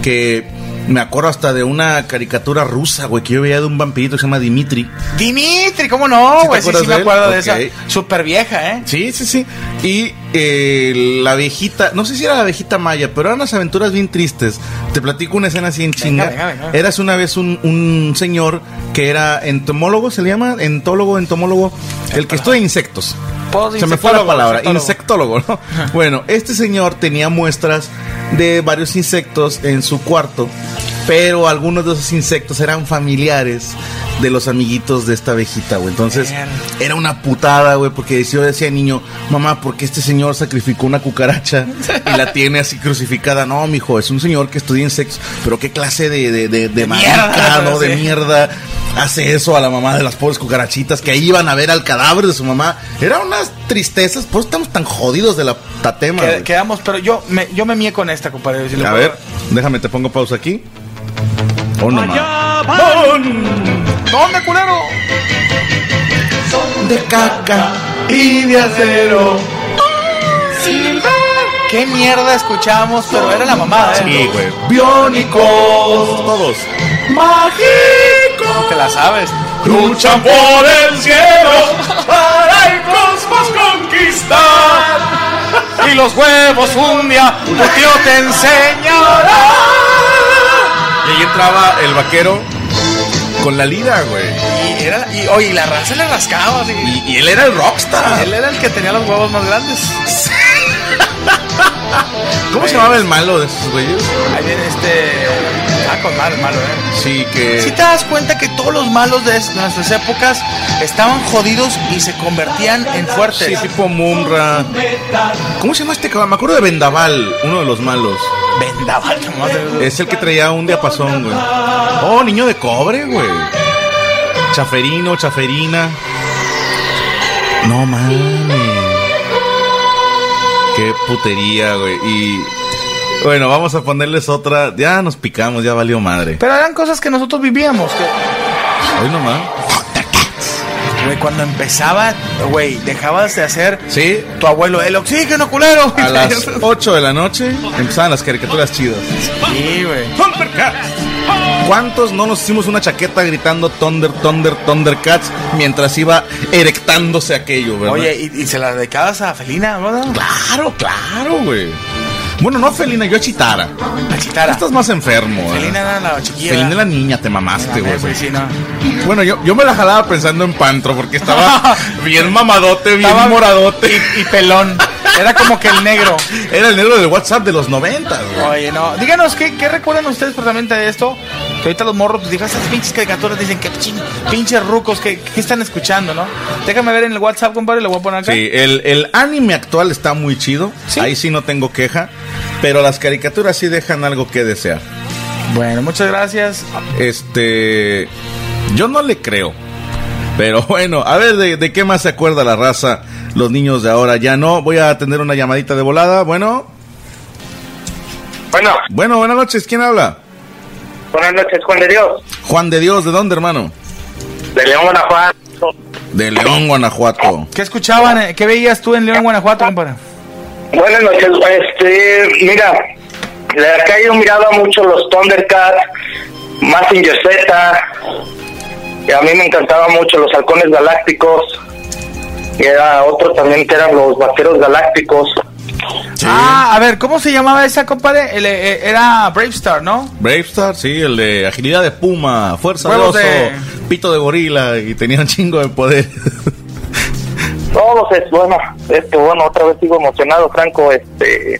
[SPEAKER 7] que me acuerdo hasta de una caricatura rusa, güey, que yo veía de un vampirito que se llama Dimitri.
[SPEAKER 6] Dimitri, ¿cómo no,
[SPEAKER 7] ¿Sí te
[SPEAKER 6] güey? Sí, sí,
[SPEAKER 7] acuerdas de
[SPEAKER 6] me
[SPEAKER 7] él?
[SPEAKER 6] acuerdo
[SPEAKER 7] Ok.
[SPEAKER 6] de esa. Súper vieja, ¿eh?
[SPEAKER 7] Sí, sí, sí. Y eh, la viejita, no sé si era la viejita maya, pero eran unas aventuras bien tristes. Te platico una escena así en chinga.
[SPEAKER 6] venga, venga.
[SPEAKER 7] Eras una vez un, un señor que era entomólogo, se le llama entólogo, entomólogo, el que estudia insectos.
[SPEAKER 6] Pues,
[SPEAKER 7] Se me fue la
[SPEAKER 6] insectólogo,
[SPEAKER 7] palabra,
[SPEAKER 6] insectólogo.
[SPEAKER 7] insectólogo. ¿no? Bueno, este señor tenía muestras de varios insectos en su cuarto, pero algunos de esos insectos eran familiares de los amiguitos de esta abejita, güey. Entonces, era una putada, güey, porque yo decía niño, mamá, ¿por qué este señor sacrificó una cucaracha y la tiene así crucificada? No, mijo, es un señor que estudia insectos, pero qué clase de, de, de, de marica, ¿no? De
[SPEAKER 6] sí.
[SPEAKER 7] mierda hace eso a la mamá de las pobres cucarachitas que ahí iban a ver al cadáver de su mamá. Era unas tristezas, por eso estamos tan jodidos de la tatema.
[SPEAKER 6] Qued-
[SPEAKER 7] güey.
[SPEAKER 6] quedamos, pero yo me, yo me mié con esta, compadre. si le
[SPEAKER 7] A
[SPEAKER 6] puedo-
[SPEAKER 7] ver, déjame, te pongo pausa aquí. Oh, no, ma.
[SPEAKER 6] ¿Dónde, culero?
[SPEAKER 7] Son de caca y de acero.
[SPEAKER 6] ¿Qué mierda escuchamos? Pero era la mamada, ¿eh?
[SPEAKER 7] Sí, güey.
[SPEAKER 6] Biónicos.
[SPEAKER 7] Todos.
[SPEAKER 6] Mágicos. Te la sabes. Luchan por el cielo para el cosmos conquistar. Y los huevos un día tu tío te enseñará.
[SPEAKER 7] Y ahí entraba el vaquero con la lira, güey.
[SPEAKER 6] Y, era, y, oye, y la raza le rascaba. así.
[SPEAKER 7] Y él era el rockstar.
[SPEAKER 6] Él era el que tenía los huevos más grandes.
[SPEAKER 7] ¿Cómo se llamaba el malo de esos güeyes?
[SPEAKER 6] Ahí viene este. Ah, con mal, malo, ¿eh?
[SPEAKER 7] Sí, que.
[SPEAKER 6] Si te das cuenta que todos los malos de es- nuestras épocas estaban jodidos y se convertían en fuertes.
[SPEAKER 7] Sí, tipo Mumra. ¿Cómo se llama este cabrón? Me acuerdo de Vendaval, uno de los malos.
[SPEAKER 6] Vendaval, nomás.
[SPEAKER 7] Es el que traía un diapasón, güey. Oh, niño de cobre, güey. Chaferino, chaferina. No mames. Qué putería, güey. Y. Bueno, vamos a ponerles otra. Ya nos picamos, ya valió madre.
[SPEAKER 6] Pero eran cosas que nosotros vivíamos. que-
[SPEAKER 7] Hoy nomás.
[SPEAKER 6] Güey, cuando empezaba, güey, dejabas de hacer
[SPEAKER 7] Sí,
[SPEAKER 6] tu abuelo el oxígeno, culero.
[SPEAKER 7] a las 8 de la noche empezaban las caricaturas chidas.
[SPEAKER 6] Sí, güey.
[SPEAKER 7] ¿Cuántos no nos hicimos una chaqueta gritando Thunder, Thunder, Thundercats mientras iba erectándose aquello, verdad?
[SPEAKER 6] Oye, y, y se la dedicabas a Felina, ¿verdad?
[SPEAKER 7] Claro, claro, güey. Bueno, no a Felina, yo a Chitara.
[SPEAKER 6] A Chitara.
[SPEAKER 7] Estás más enfermo, güey.
[SPEAKER 6] Felina era la chiquilla.
[SPEAKER 7] Felina la niña, te mamaste, güey.
[SPEAKER 6] Sí, sí, sí, no.
[SPEAKER 7] Bueno, yo, yo me la jalaba pensando en Pantro porque estaba bien mamadote, bien
[SPEAKER 6] Estaba-
[SPEAKER 7] moradote.
[SPEAKER 6] Y, y pelón. Era como que el negro.
[SPEAKER 7] Era el negro del WhatsApp de los 90, güey.
[SPEAKER 6] Oye, no. Díganos, ¿qué, qué recuerdan ustedes precisamente de esto? Que ahorita los morros, pues, digan, esas pinches caricaturas, dicen que chin- pinches rucos, que, que están escuchando, ¿no? Déjame ver en el WhatsApp, compadre, lo voy a poner acá.
[SPEAKER 7] Sí, el, el anime actual está muy chido. Ahí sí no tengo queja. Pero las caricaturas sí dejan algo que desear.
[SPEAKER 6] Bueno, muchas gracias.
[SPEAKER 7] Este. Yo no le creo. Pero bueno, a ver de, de qué más se acuerda la raza. Los niños de ahora ya no. Voy a atender una llamadita de volada. Bueno.
[SPEAKER 9] Bueno,
[SPEAKER 7] Bueno, buenas noches. ¿Quién habla?
[SPEAKER 9] buenas noches, Juan de Dios.
[SPEAKER 7] Juan de Dios, ¿de dónde, hermano?
[SPEAKER 9] De León, Guanajuato.
[SPEAKER 7] De León, Guanajuato.
[SPEAKER 6] ¿Qué escuchaban? eh? ¿Qué veías tú en León, Guanajuato, compadre?
[SPEAKER 9] Buenas noches, este, mira, de acá yo miraba mucho los Thundercats, Massinger Z, y a mí me encantaban mucho los halcones galácticos, y era otro también que eran los vaqueros galácticos,
[SPEAKER 6] Ah, a ver, ¿cómo se llamaba esa, compadre? El, eh, era Brave Star, ¿no?
[SPEAKER 7] Brave Star, sí, el de agilidad de puma, fuerza de
[SPEAKER 6] Huevos
[SPEAKER 7] oso,
[SPEAKER 6] de-
[SPEAKER 7] pito de gorila y tenía un chingo de poder.
[SPEAKER 9] todos, es, bueno, este, bueno, otra vez sigo emocionado, Franco, este,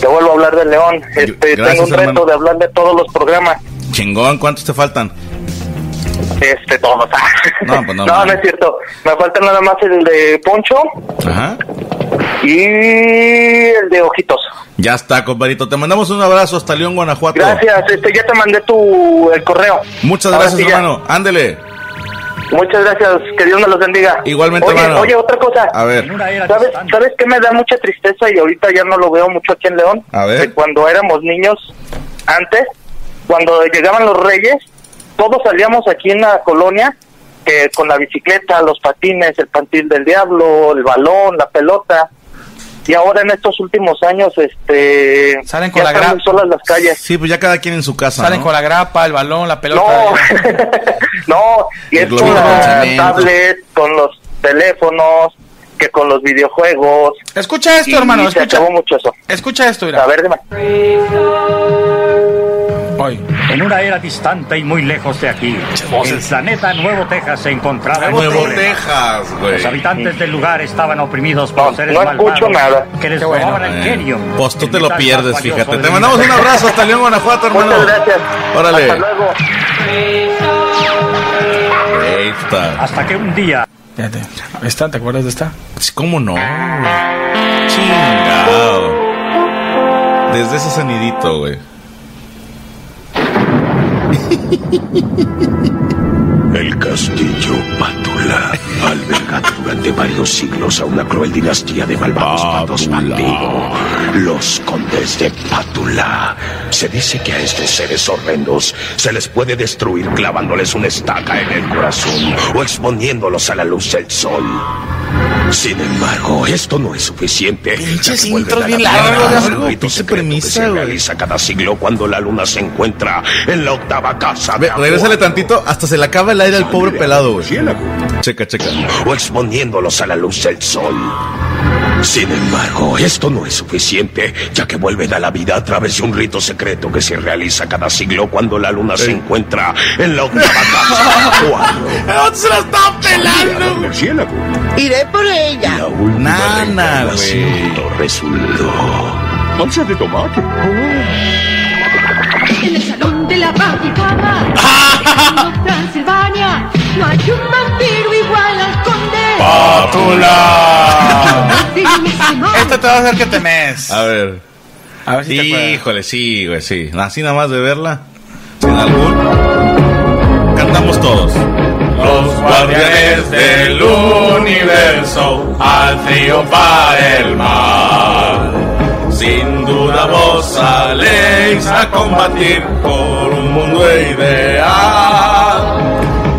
[SPEAKER 9] te vuelvo a hablar de León, este,
[SPEAKER 7] Gracias,
[SPEAKER 9] tengo un reto
[SPEAKER 7] hermano.
[SPEAKER 9] de hablar de todos los programas,
[SPEAKER 7] Chingón, ¿cuántos te faltan?
[SPEAKER 9] este, todos,
[SPEAKER 7] No, pues no,
[SPEAKER 9] no,
[SPEAKER 7] no.
[SPEAKER 9] no es cierto, me falta nada más el de Poncho,
[SPEAKER 7] Ajá.
[SPEAKER 9] Y el de ojitos.
[SPEAKER 7] Ya está, compadrito. Te mandamos un abrazo hasta León, Guanajuato.
[SPEAKER 9] Gracias, este ya te mandé tu el correo.
[SPEAKER 7] Muchas
[SPEAKER 9] Ahora
[SPEAKER 7] gracias,
[SPEAKER 9] sí ya.
[SPEAKER 7] hermano. Ándele.
[SPEAKER 9] Muchas gracias, que Dios me los bendiga.
[SPEAKER 7] Igualmente,
[SPEAKER 9] oye,
[SPEAKER 7] hermano.
[SPEAKER 9] oye, otra cosa.
[SPEAKER 7] A ver.
[SPEAKER 9] ¿Sabes, ¿Sabes qué me da mucha tristeza y ahorita ya no lo veo mucho aquí en León?
[SPEAKER 7] A ver.
[SPEAKER 9] Que cuando éramos niños, antes, cuando llegaban los reyes, todos salíamos aquí en la colonia que con la bicicleta, los patines, el pantil del diablo, el balón, la pelota. Y ahora en estos últimos años, este...
[SPEAKER 6] Salen con
[SPEAKER 9] ya
[SPEAKER 6] la
[SPEAKER 9] están
[SPEAKER 6] gra-
[SPEAKER 9] muy solas las calles.
[SPEAKER 7] Sí, pues ya cada quien en su casa.
[SPEAKER 6] Salen
[SPEAKER 7] ¿no?
[SPEAKER 6] con la grapa, el balón, la pelota.
[SPEAKER 9] No, y es
[SPEAKER 7] Los
[SPEAKER 9] con la
[SPEAKER 7] videojuegos.
[SPEAKER 9] tablet, con los teléfonos, que con los videojuegos.
[SPEAKER 6] Escucha esto,
[SPEAKER 9] Y
[SPEAKER 6] hermano,
[SPEAKER 9] Se
[SPEAKER 6] escucha.
[SPEAKER 9] acabó mucho eso.
[SPEAKER 6] Escucha esto, mira.
[SPEAKER 9] A ver, dime.
[SPEAKER 15] En una era distante y muy lejos de aquí, el planeta Nuevo Texas se encontraba en
[SPEAKER 7] Nuevo
[SPEAKER 15] problemas.
[SPEAKER 7] Texas, güey.
[SPEAKER 6] Pues,
[SPEAKER 15] Los habitantes del lugar estaban oprimidos por seres
[SPEAKER 7] no
[SPEAKER 15] malvados
[SPEAKER 7] escucho nada.
[SPEAKER 15] que les
[SPEAKER 7] Qué bueno.
[SPEAKER 15] robaban el
[SPEAKER 7] Eh,
[SPEAKER 15] genio.
[SPEAKER 7] Pues tú te lo
[SPEAKER 15] metal
[SPEAKER 7] pierdes,
[SPEAKER 15] más valioso
[SPEAKER 7] fíjate.
[SPEAKER 15] del
[SPEAKER 7] Te mandamos un
[SPEAKER 15] universo.
[SPEAKER 7] abrazo hasta León, Guanajuato, hermano.
[SPEAKER 15] Muchas gracias.
[SPEAKER 7] Órale.
[SPEAKER 15] Hasta luego.
[SPEAKER 7] Ahí está.
[SPEAKER 15] Hasta que un día.
[SPEAKER 6] Fíjate. ¿Esta? ¿Te acuerdas de esta?
[SPEAKER 7] ¿Cómo no? güey? Chingado. Desde ese sonidito, güey.
[SPEAKER 16] El castillo Pátula alberga durante varios siglos a una cruel dinastía de malvados patos bandido, los condes de Pátula. Se dice que a estos seres horrendos se les puede destruir clavándoles una estaca en el corazón o exponiéndolos a la luz del sol. Sin embargo, esto no es suficiente.
[SPEAKER 7] Pinches
[SPEAKER 16] Ya que vuelven
[SPEAKER 7] intros
[SPEAKER 16] a
[SPEAKER 7] bien
[SPEAKER 6] Ah,
[SPEAKER 16] la tierra,
[SPEAKER 7] largos,
[SPEAKER 16] un
[SPEAKER 7] algo,
[SPEAKER 16] rito
[SPEAKER 7] pinche
[SPEAKER 16] secreto que
[SPEAKER 7] premisa,
[SPEAKER 16] se
[SPEAKER 7] güey.
[SPEAKER 16] realiza cada siglo cuando la luna se encuentra en la octava casa. de
[SPEAKER 7] Regrésale
[SPEAKER 16] Acuario
[SPEAKER 7] tantito, hasta se le acaba el aire al pobre pelado, güey.
[SPEAKER 16] checa, checa. O exponiéndolos a la luz del sol. Sin embargo, esto no es suficiente, ya que vuelven a la vida a través de un rito secreto que se realiza cada siglo cuando la luna se encuentra en la octava casa. Acuario.
[SPEAKER 7] se la está pelando!
[SPEAKER 17] Iré por ella.
[SPEAKER 16] La última
[SPEAKER 7] Nana,
[SPEAKER 16] reencarnación no resultó. Salsa de tomate.
[SPEAKER 14] En el salón de la Vaticana, en Transilvania, no hay un vampiro igual al conde.
[SPEAKER 7] ¡Pátula!
[SPEAKER 14] Dime si no.
[SPEAKER 6] Esta Este te va a hacer que temes.
[SPEAKER 7] A ver.
[SPEAKER 6] A ver si te acuerdas.
[SPEAKER 7] Híjole, sí, güey, sí. Así nada más de verla. Sin algún. Cantamos todos. Los
[SPEAKER 10] guardianes del universo al triunfar el mal. Sin duda vos saléis a combatir por un mundo ideal.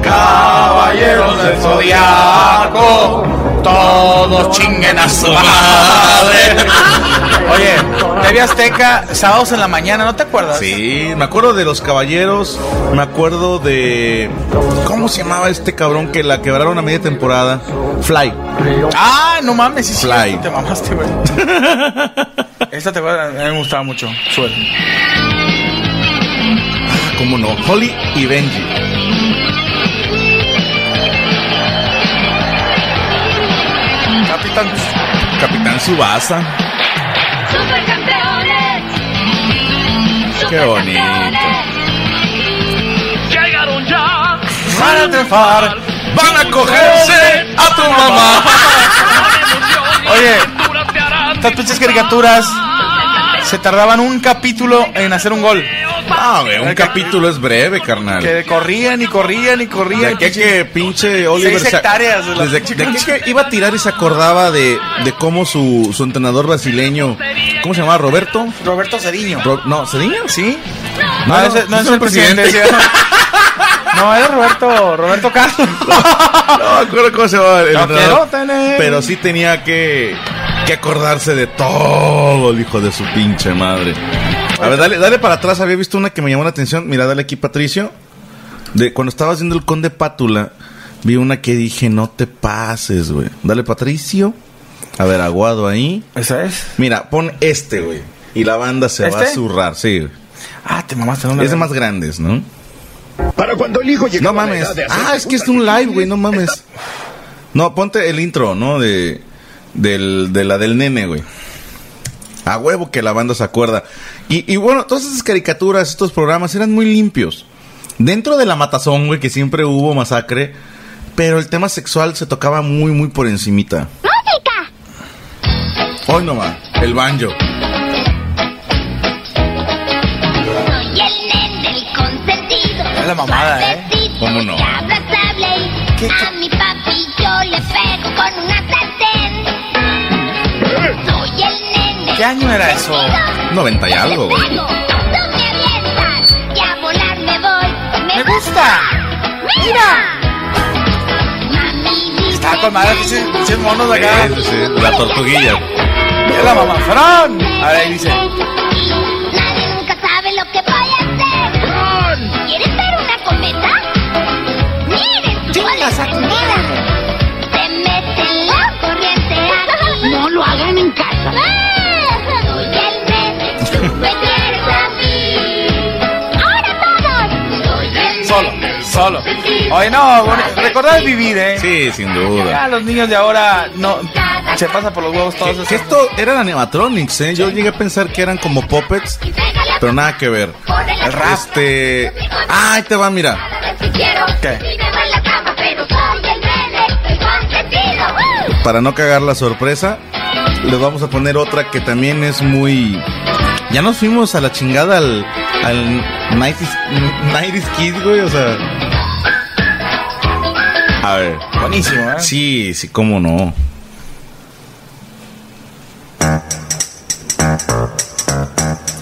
[SPEAKER 10] Caballeros del zodiaco, todos chinguen a su madre.
[SPEAKER 6] Oye, TV Azteca, sábados en la mañana, ¿no te acuerdas?
[SPEAKER 7] Sí, me acuerdo de Los Caballeros, me acuerdo de... ¿Cómo se llamaba este cabrón que la quebraron a media temporada? Fly.
[SPEAKER 6] Ah, no mames, sí, sí,
[SPEAKER 7] Fly.
[SPEAKER 6] te mamaste, güey.
[SPEAKER 7] Ah,
[SPEAKER 6] Esta te acuerdas, a mí me gustaba mucho. Suerte.
[SPEAKER 7] ¿Cómo no? Holly y Benji.
[SPEAKER 6] Capitán.
[SPEAKER 7] Capitán Subasa. Qué bonito.
[SPEAKER 10] Llegaron ya,
[SPEAKER 7] Van a triunfar, van a
[SPEAKER 10] cogerse
[SPEAKER 7] a tu
[SPEAKER 6] Oye, estas pinches caricaturas se tardaban un capítulo en hacer un gol.
[SPEAKER 7] Ah, güey, un capítulo es breve, carnal.
[SPEAKER 6] Que corrían y corrían y corrían.
[SPEAKER 7] De aquí a que pinche Oliver
[SPEAKER 6] Seis
[SPEAKER 7] se-
[SPEAKER 6] hectáreas de la
[SPEAKER 7] desde-
[SPEAKER 6] pinche
[SPEAKER 7] de aquí a
[SPEAKER 6] cancha.
[SPEAKER 7] que iba a tirar y se acordaba de, de cómo su, su entrenador brasileño, ¿cómo se llamaba? Roberto.
[SPEAKER 6] Roberto Cediño.
[SPEAKER 7] Ro- no, Cediño,
[SPEAKER 6] sí.
[SPEAKER 7] No,
[SPEAKER 6] No, Ah, ese- no, es el presidente. ese- no, era Roberto, Roberto Carlos.
[SPEAKER 7] No me acuerdo cómo se llamaba el
[SPEAKER 6] No
[SPEAKER 7] entrenador,
[SPEAKER 6] quiero tener-
[SPEAKER 7] pero sí tenía que, que acordarse de todo el hijo de su pinche madre. A ver, dale, dale para atrás. Había visto una que me llamó la atención. Mira, dale aquí, Patricio. De cuando estaba haciendo el Conde Pátula, vi una que dije, no te pases, güey. Dale, Patricio. A ver, aguado ahí.
[SPEAKER 6] ¿Esa es?
[SPEAKER 7] Mira, pon este, güey. Y la banda se va a
[SPEAKER 6] ¿Este?
[SPEAKER 7] zurrar, sí.
[SPEAKER 6] Ah, te mamaste.
[SPEAKER 7] es de más grandes, ¿no?
[SPEAKER 16] Para cuando el hijo llegó
[SPEAKER 7] No
[SPEAKER 16] a la
[SPEAKER 7] mames.
[SPEAKER 16] edad de hacer
[SPEAKER 7] Ah, es que es un live, güey, no mames. No, ponte el intro, ¿no? De, del, de la del nene, güey. A huevo que la banda se acuerda. Y, y bueno, todas esas caricaturas, estos programas eran muy limpios. Dentro de la matazón, güey, que siempre hubo masacre, pero el tema sexual se tocaba muy, muy por encimita. ¡Música! Hoy nomás, el banjo.
[SPEAKER 10] La mamada, eh.
[SPEAKER 6] ¿eh?
[SPEAKER 7] ¿Cómo no?
[SPEAKER 10] ¿Qué
[SPEAKER 14] A mi papi yo le pego con una sartén. Soy el nene.
[SPEAKER 6] ¿Qué año era eso?
[SPEAKER 7] 90 y algo, güey.
[SPEAKER 14] Pego, tú me avientas y a volar me voy. Me, Mira.
[SPEAKER 6] Está con madre, pinches pinches monos de acá.
[SPEAKER 7] Sí, sí, la tortuguilla.
[SPEAKER 6] Mira la mamá, Fran. A ver, ahí dice.
[SPEAKER 14] Nadie nunca sabe lo que voy a hacer. ¿Quieres ver una cometa? Miren su cola encendida. Se mete en la corriente aquí. No lo hagan en casa. Soy el mes, tú me quieres a mí. Ahora todos. Soy el mes.
[SPEAKER 6] Solo, solo. Oye, no, bueno, recordar es vivir, ¿eh?
[SPEAKER 7] Sí, sin duda.
[SPEAKER 6] Ya los niños de ahora no se pasa por los huevos todos.
[SPEAKER 7] Que
[SPEAKER 6] esos.
[SPEAKER 7] esto eran animatronics, ¿eh? Yo llegué a pensar que eran como puppets, pero nada que ver.
[SPEAKER 14] El
[SPEAKER 6] rap.
[SPEAKER 7] Este. Ah, ahí te va, mira.
[SPEAKER 14] Si quiero. Y me voy a la cama, pero soy el mes, estoy consentido. ¡Uh!
[SPEAKER 7] Para no cagar la sorpresa, les vamos a poner otra que también es muy. Ya nos fuimos a la chingada al. al 90s, 90s Kid, güey, o sea. A ver.
[SPEAKER 6] Buenísimo,
[SPEAKER 7] Ah.
[SPEAKER 6] ¿eh?
[SPEAKER 7] Sí, sí, cómo no.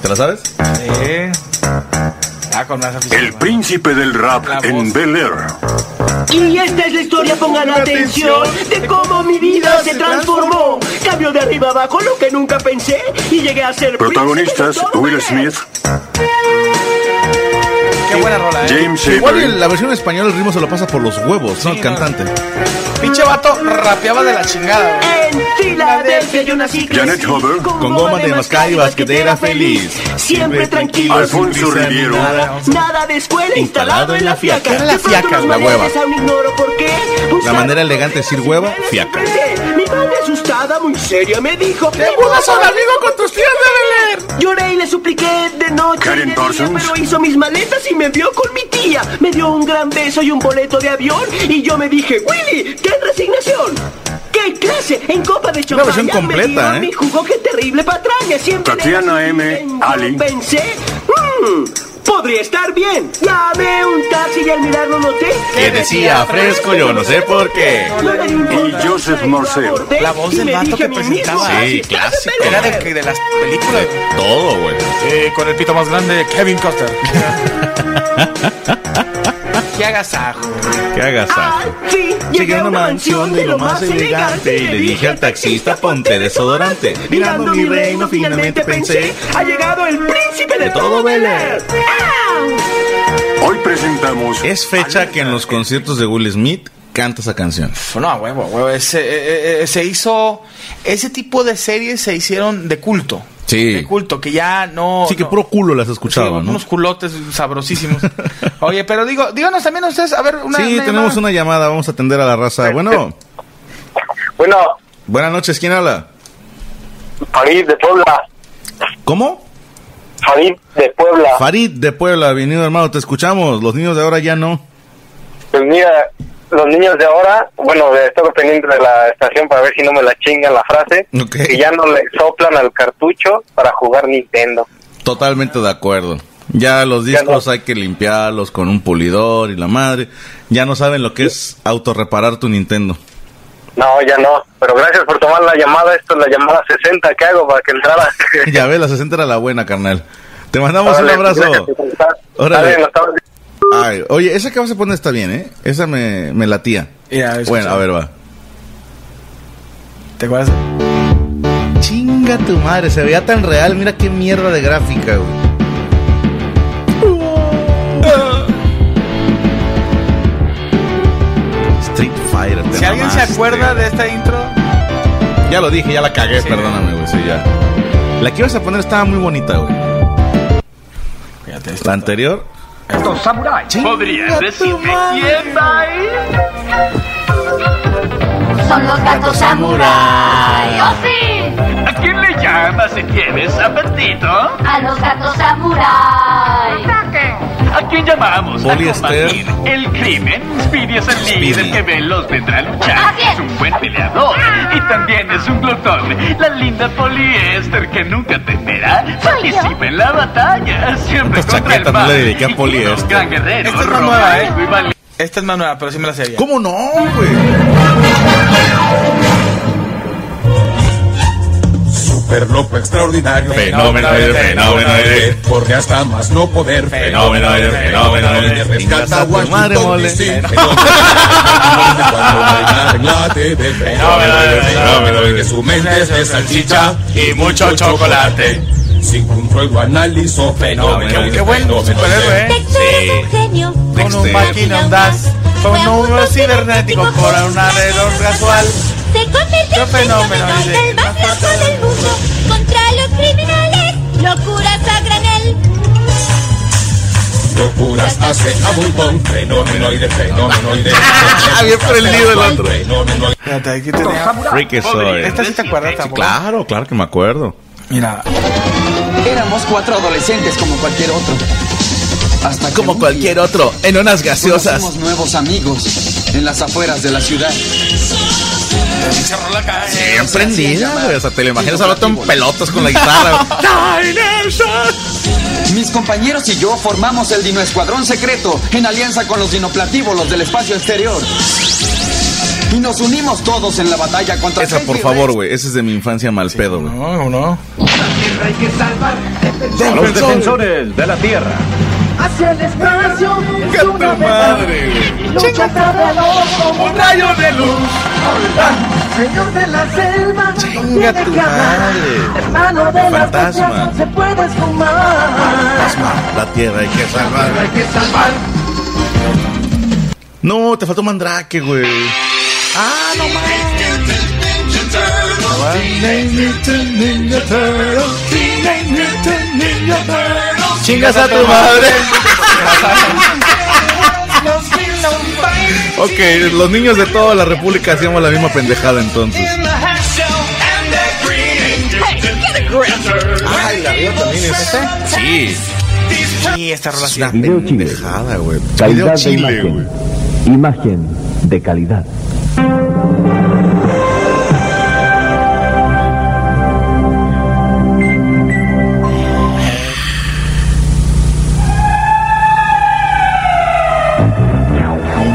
[SPEAKER 7] ¿Te la sabes?
[SPEAKER 6] Sí. Ah, con más afición.
[SPEAKER 16] El príncipe del rap en Bel Air.
[SPEAKER 18] Y esta es la historia, pongan atención, de cómo mi vida se transformó. Cambio de arriba abajo, lo que nunca pensé, y llegué a ser...
[SPEAKER 16] Protagonistas
[SPEAKER 18] príncipe de todo
[SPEAKER 16] Will Smith,
[SPEAKER 6] Qué buena rola, ¿eh?
[SPEAKER 16] James
[SPEAKER 7] Igual
[SPEAKER 16] Avery,
[SPEAKER 7] en la versión española el ritmo se lo pasa por los huevos, ¿no? El cantante.
[SPEAKER 6] Pinche vato rapeaba de la chingada, güey.
[SPEAKER 18] En Filadelfia yo nací crecí,
[SPEAKER 16] Janet Huber,
[SPEAKER 7] Con goma de mascar y basquetera feliz.
[SPEAKER 18] Siempre tranquilo,
[SPEAKER 16] Alfonso
[SPEAKER 7] sin prisa ni
[SPEAKER 16] Riviero.
[SPEAKER 7] nada.
[SPEAKER 18] nada de escuela instalado en la fiaca.
[SPEAKER 7] ¿Qué era la
[SPEAKER 18] De pronto
[SPEAKER 7] fiaca?
[SPEAKER 18] los
[SPEAKER 7] La
[SPEAKER 18] manejes
[SPEAKER 7] hueva.
[SPEAKER 18] aún ignoro por qué.
[SPEAKER 7] La
[SPEAKER 18] Usar-
[SPEAKER 7] manera elegante de decir hueva, fiaca.
[SPEAKER 18] Mi madre asustada, muy seria, me dijo ¡Te
[SPEAKER 6] mudas al amigo con tus tías de Belén!
[SPEAKER 18] Lloré y le supliqué de noche y
[SPEAKER 16] Karen
[SPEAKER 18] de día,
[SPEAKER 16] Parsons.
[SPEAKER 18] Pero hizo mis maletas y me envió con mi tía Me dio un gran beso y un boleto de avión Y yo me dije, Willy, qué resignación ¡Qué clase! En copa de champaña
[SPEAKER 7] versión completa,
[SPEAKER 18] me dieron
[SPEAKER 7] ¿eh?
[SPEAKER 18] mi jugo, qué terrible patraña Siempre
[SPEAKER 16] Tatiana
[SPEAKER 18] le-
[SPEAKER 16] M. Ali.
[SPEAKER 18] Pensé, "Mm, podría estar bien Llamé un taxi y al mirarlo noté
[SPEAKER 7] Que decía fresco, yo no sé por qué.
[SPEAKER 16] y Joseph Morceo.
[SPEAKER 6] La voz del vato que presentaba.
[SPEAKER 7] Ah, Sí, clásico.
[SPEAKER 6] Era de, que- de las películas.
[SPEAKER 7] Todo, güey.
[SPEAKER 6] con el pito más grande, Kevin Costner. ¿Qué agasajo?
[SPEAKER 7] Qué
[SPEAKER 18] Ah,
[SPEAKER 7] agasajo.
[SPEAKER 18] Sí,
[SPEAKER 7] Llegué a una mansión de lo más elegante y le dije al taxista ponte desodorante. Mirando mi reino finalmente pensé.
[SPEAKER 18] ha llegado el príncipe de todo Bel Air.
[SPEAKER 16] Hoy presentamos
[SPEAKER 7] Es fecha que en los conciertos de Will Smith canta esa canción.
[SPEAKER 6] No, a huevo, a huevo. Ese, eh, eh, eh, se hizo. Ese tipo de series se hicieron de culto.
[SPEAKER 7] Sí.
[SPEAKER 6] De culto, que ya no.
[SPEAKER 7] Sí que
[SPEAKER 6] no-
[SPEAKER 7] puro culo las
[SPEAKER 6] Sí,
[SPEAKER 7] escuchaba, ¿no?
[SPEAKER 6] Unos culotes sabrosísimos. Oye, pero digo, díganos también ustedes, a ver, una.
[SPEAKER 7] Sí,
[SPEAKER 6] una
[SPEAKER 7] tenemos
[SPEAKER 6] llamada.
[SPEAKER 7] una llamada, vamos a atender a la raza. Bueno,
[SPEAKER 9] Bueno,
[SPEAKER 7] buenas noches, ¿quién habla?
[SPEAKER 9] Farid de Puebla.
[SPEAKER 7] ¿Cómo?
[SPEAKER 9] Farid de
[SPEAKER 16] Ah.
[SPEAKER 9] Puebla.
[SPEAKER 7] Farid de Puebla, bienvenido hermano, te escuchamos. Los niños de ahora ya no.
[SPEAKER 9] Pues mira, los niños de ahora, bueno, de- estoy pendiente de la estación para ver si no me la chingan la frase,
[SPEAKER 7] Ok.
[SPEAKER 9] que ya no le soplan al cartucho para jugar Nintendo.
[SPEAKER 7] Totalmente de acuerdo. Ya los
[SPEAKER 9] Ya
[SPEAKER 7] discos hay que limpiarlos con un pulidor y la madre. Ya no saben lo que es autorreparar tu Nintendo.
[SPEAKER 9] No, ya no. Pero gracias por tomar la llamada. Esto es la llamada 60 que hago para que entrara.
[SPEAKER 7] Ya ves, la 60 era la buena, carnal. Te mandamos un
[SPEAKER 9] Órale, pues,
[SPEAKER 7] abrazo.
[SPEAKER 9] gracias por estar.
[SPEAKER 7] Órale.
[SPEAKER 9] Dale, nos estamos-
[SPEAKER 7] Ay, oye, esa que vas a poner está bien, ¿eh? Esa me, me latía.
[SPEAKER 6] Ya, escucha.
[SPEAKER 7] Bueno, a ver, va.
[SPEAKER 6] ¿Te acuerdas?
[SPEAKER 7] Chinga tu madre, se veía tan real. Mira qué mierda de gráfica, güey.
[SPEAKER 6] Ah.
[SPEAKER 7] Street Fighter. te
[SPEAKER 6] Si alguien se
[SPEAKER 7] mamaste,
[SPEAKER 6] acuerda
[SPEAKER 7] güey.
[SPEAKER 6] de esta intro.
[SPEAKER 7] Ya lo dije, ya la cagué,
[SPEAKER 6] Sí.
[SPEAKER 7] perdóname, güey. Sí, ya. La que ibas a poner estaba muy bonita, güey.
[SPEAKER 6] Fíjate,
[SPEAKER 7] La anterior.
[SPEAKER 15] Los samuráis.
[SPEAKER 4] ¿Podrías decirme quién va a ir?
[SPEAKER 14] Son los gatos samurai. ¡Oh,
[SPEAKER 7] Ah,
[SPEAKER 14] sí!
[SPEAKER 4] ¿A quién le llamas si tienes apetito?
[SPEAKER 14] A los gatos samurai.
[SPEAKER 4] ¿A quién llamamos? A
[SPEAKER 7] Poliéster.
[SPEAKER 4] combatir el crimen. Speedy es el
[SPEAKER 7] Speedy.
[SPEAKER 4] líder que Velos vendrá a luchar.
[SPEAKER 14] Así es. Ah.
[SPEAKER 4] Es un buen peleador y también es un glotón. La linda poliéster que nunca temerá.
[SPEAKER 14] Soy yo.
[SPEAKER 4] Participa en la batalla. Siempre
[SPEAKER 7] Esta
[SPEAKER 4] contra el
[SPEAKER 7] chaqueta no
[SPEAKER 4] mal.
[SPEAKER 7] le dediqué a
[SPEAKER 4] Y
[SPEAKER 7] poliéster.
[SPEAKER 4] un gran guerrero.
[SPEAKER 6] Esta es la
[SPEAKER 4] roba
[SPEAKER 6] nueva, ¿eh?
[SPEAKER 4] algo y vale-
[SPEAKER 6] Esta es más nueva, pero sí me la sabía.
[SPEAKER 7] ¿Cómo no, güey?
[SPEAKER 16] Super loco extraordinario.
[SPEAKER 5] Fenomenoide, fenomenoide.
[SPEAKER 16] Porque hasta más no poder.
[SPEAKER 5] Fenomenoide, fenomenoide.
[SPEAKER 16] Rescata a Washington,
[SPEAKER 7] madre, mole. Eh,
[SPEAKER 16] DC, fenomenoide. Cuando baila, arreglate del fenomenoide, fenomenoide. Que su mente es de salchicha y mucho chocolate. Sin control analizo fenómeno.
[SPEAKER 6] Qué buen superhéroe, ¿eh?
[SPEAKER 14] genio.
[SPEAKER 6] Con un máquina andás, con un número cibernético, con un alrededor casual.
[SPEAKER 14] Se convirtió en
[SPEAKER 6] Qué fenómeno,
[SPEAKER 14] fenómeno
[SPEAKER 6] dice.
[SPEAKER 14] del más loco del mundo. Contra los criminales, locuras a granel.
[SPEAKER 16] Locuras hace a montón. Fenomenoide, fenomenoide.
[SPEAKER 7] Bien prendido el otro.
[SPEAKER 16] Fenomenoide.
[SPEAKER 6] Fíjate, aquí tenía-
[SPEAKER 7] Freaky soy.
[SPEAKER 6] Esta sí te acuerdas,
[SPEAKER 7] Sí,
[SPEAKER 6] tampoco.
[SPEAKER 7] claro, claro que me acuerdo.
[SPEAKER 6] Mira,
[SPEAKER 19] Éramos cuatro adolescentes como cualquier otro. Hasta que
[SPEAKER 7] Como cualquier otro, en unas gaseosas.
[SPEAKER 19] conocimos nuevos amigos en las afueras de la ciudad.
[SPEAKER 7] Bien prendida, güey. O sea, te lo imaginas al rato en pelotas con la guitarra. güey.
[SPEAKER 19] Mis compañeros y yo formamos el Dino Escuadrón Secreto en alianza con los dinoplatívolos del espacio exterior. Y nos unimos todos en la batalla contra
[SPEAKER 7] Esa, por
[SPEAKER 19] Sentry
[SPEAKER 7] favor, güey. Esa es de mi infancia mal pedo, güey.
[SPEAKER 6] No, no.
[SPEAKER 10] hay que salvar.
[SPEAKER 5] A los defensores de la tierra.
[SPEAKER 10] Hacia el espacio. Es una
[SPEAKER 7] madre,
[SPEAKER 10] Lucha trabajador como un rayo de luz. Señor de la selva, no tiene
[SPEAKER 7] tu
[SPEAKER 10] que amar.
[SPEAKER 7] madre.
[SPEAKER 10] Hermano de las
[SPEAKER 7] Fantasma.
[SPEAKER 10] bestias, no se puede esfumar.
[SPEAKER 7] La tierra hay que salvar.
[SPEAKER 10] Hay que salvar.
[SPEAKER 7] No, te faltó Mandrake, güey.
[SPEAKER 10] Ah, no
[SPEAKER 7] Chingas a tu madre. Ok, los niños de toda la república hacíamos la misma pendejada entonces.
[SPEAKER 10] Ay, la vio también ese.
[SPEAKER 7] Sí.
[SPEAKER 6] Y esta
[SPEAKER 7] Es una
[SPEAKER 6] relación.
[SPEAKER 7] pendejada, güey. Video Chile, güey.
[SPEAKER 20] Imagen de calidad.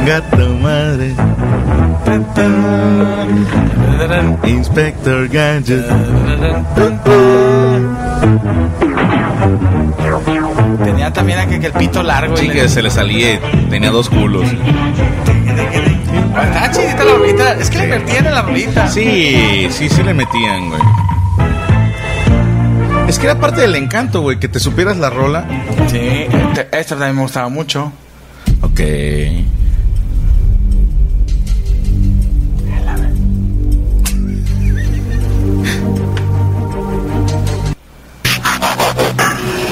[SPEAKER 7] Gato madre. Tan, tan. Inspector Gadget. Tan, tan.
[SPEAKER 6] Tenía también aquel que el pito largo. y
[SPEAKER 7] Sí,
[SPEAKER 6] le-
[SPEAKER 7] que se le salía. Tenía dos culos.
[SPEAKER 6] Está "Ah, chidita la rolita. Es que le invertían en la rolita.
[SPEAKER 7] Sí, sí, sí le metían, güey. Es que era parte del encanto, güey, que te supieras la rola.
[SPEAKER 6] Sí, este- esta también me gustaba mucho.
[SPEAKER 7] Ok.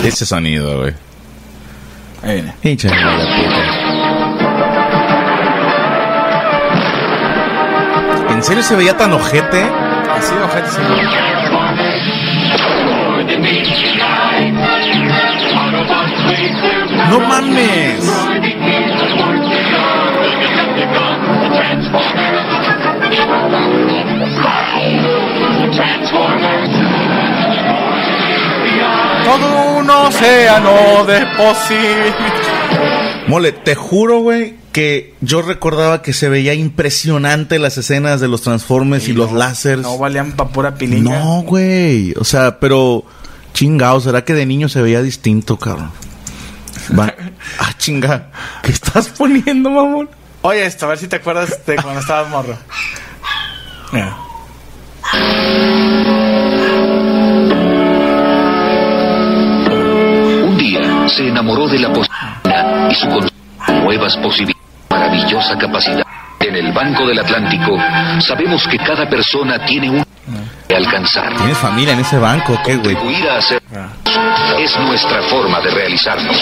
[SPEAKER 7] Ese sonido, güey.
[SPEAKER 6] Ahí viene.
[SPEAKER 7] Hincha de la puta. ¿En serio se veía tan ojete?
[SPEAKER 6] Así, ojete. sí.
[SPEAKER 7] ¡No mames!
[SPEAKER 6] Todo un océano de posible.
[SPEAKER 7] Mole, te juro, güey, que yo recordaba que se veía impresionante las escenas de los transformes y, los láseres.
[SPEAKER 6] No valían pa' pura pilinga.
[SPEAKER 7] No, güey. O sea, pero chingado, ¿será que de niño se veía distinto, cabrón? Va- Ah, chinga. ¿Qué estás poniendo, mamón?
[SPEAKER 6] Oye, esto, a ver si te acuerdas de cuando estabas morro. Mira.
[SPEAKER 21] Un día se enamoró de la posibilidad y su con- nuevas posibilidades, maravillosa capacidad. En el Banco del Atlántico sabemos que cada persona tiene un que alcanzar.
[SPEAKER 7] ¿Tienes familia en ese banco o qué, güey?
[SPEAKER 21] Contribuir a hacer es nuestra forma de realizarnos.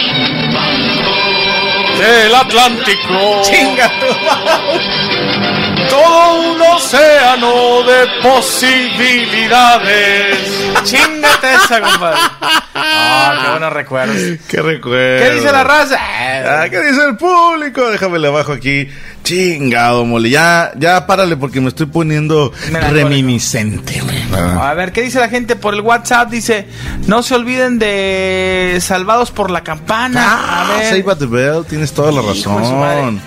[SPEAKER 6] Del Atlántico. Chinga Todo un océano de posibilidades. Chingate esa, compadre. Ah, qué buenos recuerdos.
[SPEAKER 7] Qué recuerdo.
[SPEAKER 6] ¿Qué dice la raza?
[SPEAKER 7] Ah, ¿Qué dice el público? Déjamele abajo aquí. Chingado, mole. Ya, ya párale porque me estoy poniendo
[SPEAKER 6] Melancólico.
[SPEAKER 7] reminiscente, güey. Ah.
[SPEAKER 6] A ver, ¿qué dice la gente por el WhatsApp? Dice, no se olviden de Salvados por la Campana. A
[SPEAKER 7] Ah,
[SPEAKER 6] ver.
[SPEAKER 7] Save by the Bell, tienes toda la
[SPEAKER 6] Hijo de su madre.
[SPEAKER 7] razón.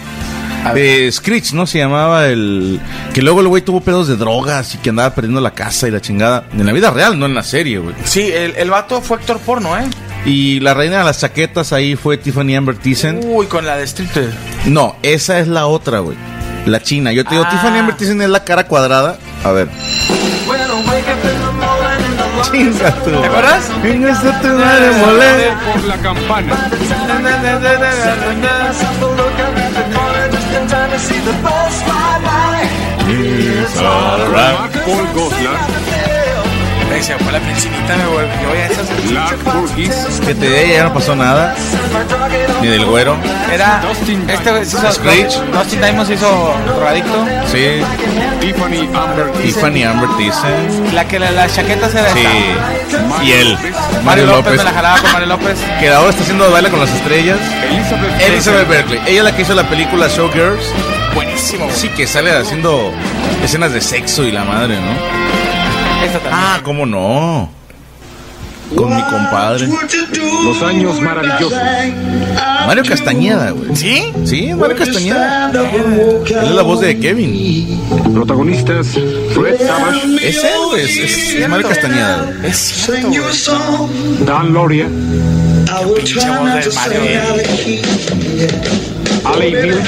[SPEAKER 7] Eh, Screech, ¿no? Se llamaba el. Que luego el güey tuvo pedos de drogas y que andaba perdiendo la casa y la chingada. En la vida real, no en la serie, güey.
[SPEAKER 6] Sí, el, el vato fue actor porno, ¿eh?
[SPEAKER 7] Y la reina de las chaquetas ahí fue Tiffany Amber Thyssen.
[SPEAKER 6] Uy, con la de striptease.
[SPEAKER 7] No, esa es la otra, güey. La china. Yo te digo,
[SPEAKER 6] Uh. Ah.
[SPEAKER 7] Tiffany Amber Thyssen es la cara cuadrada. A ver. Chinga tú.
[SPEAKER 6] ¿Te acuerdas?
[SPEAKER 7] Chinga tu madre, mole.
[SPEAKER 10] Por la campana.
[SPEAKER 6] Paul Goslar. Se me fue la pincinita, me volvió a esas.
[SPEAKER 7] Que te dé, ya no pasó nada. Ni del güero.
[SPEAKER 6] Era. Este güey se hizo.
[SPEAKER 7] Screech.
[SPEAKER 6] Dustin Diamond se hizo drogadicto.
[SPEAKER 7] Sí.
[SPEAKER 6] Tiffany Amber
[SPEAKER 7] Tiffany Amber Thyssen.
[SPEAKER 6] La que la, la chaqueta se la
[SPEAKER 7] Sí. Y él.
[SPEAKER 6] Mario
[SPEAKER 7] Mario
[SPEAKER 6] López.
[SPEAKER 7] López.
[SPEAKER 6] me la jalaba con Mario López.
[SPEAKER 7] Que ahora está haciendo baile con las estrellas. Elizabeth Berkley. Ella es la que hizo la película Showgirls.
[SPEAKER 6] Buenísimo.
[SPEAKER 7] Sí, que sale haciendo escenas de sexo y la madre, ¿no?
[SPEAKER 6] Esta también.
[SPEAKER 7] Ah, ¿cómo no? Con mi compadre.
[SPEAKER 10] Los años maravillosos.
[SPEAKER 7] Mario Castañeda, güey.
[SPEAKER 6] ¿Sí?
[SPEAKER 7] Sí, Mario Castañeda. Él es la voz de Kevin.
[SPEAKER 13] Protagonistas Fred Savage,
[SPEAKER 7] Es él, güey. Es, es- es Mario Castañeda. güey.
[SPEAKER 6] Es cierto, güey.
[SPEAKER 13] Dan Loria,
[SPEAKER 6] Pinche voz del Mario, eh. güey.
[SPEAKER 13] Alec Mills,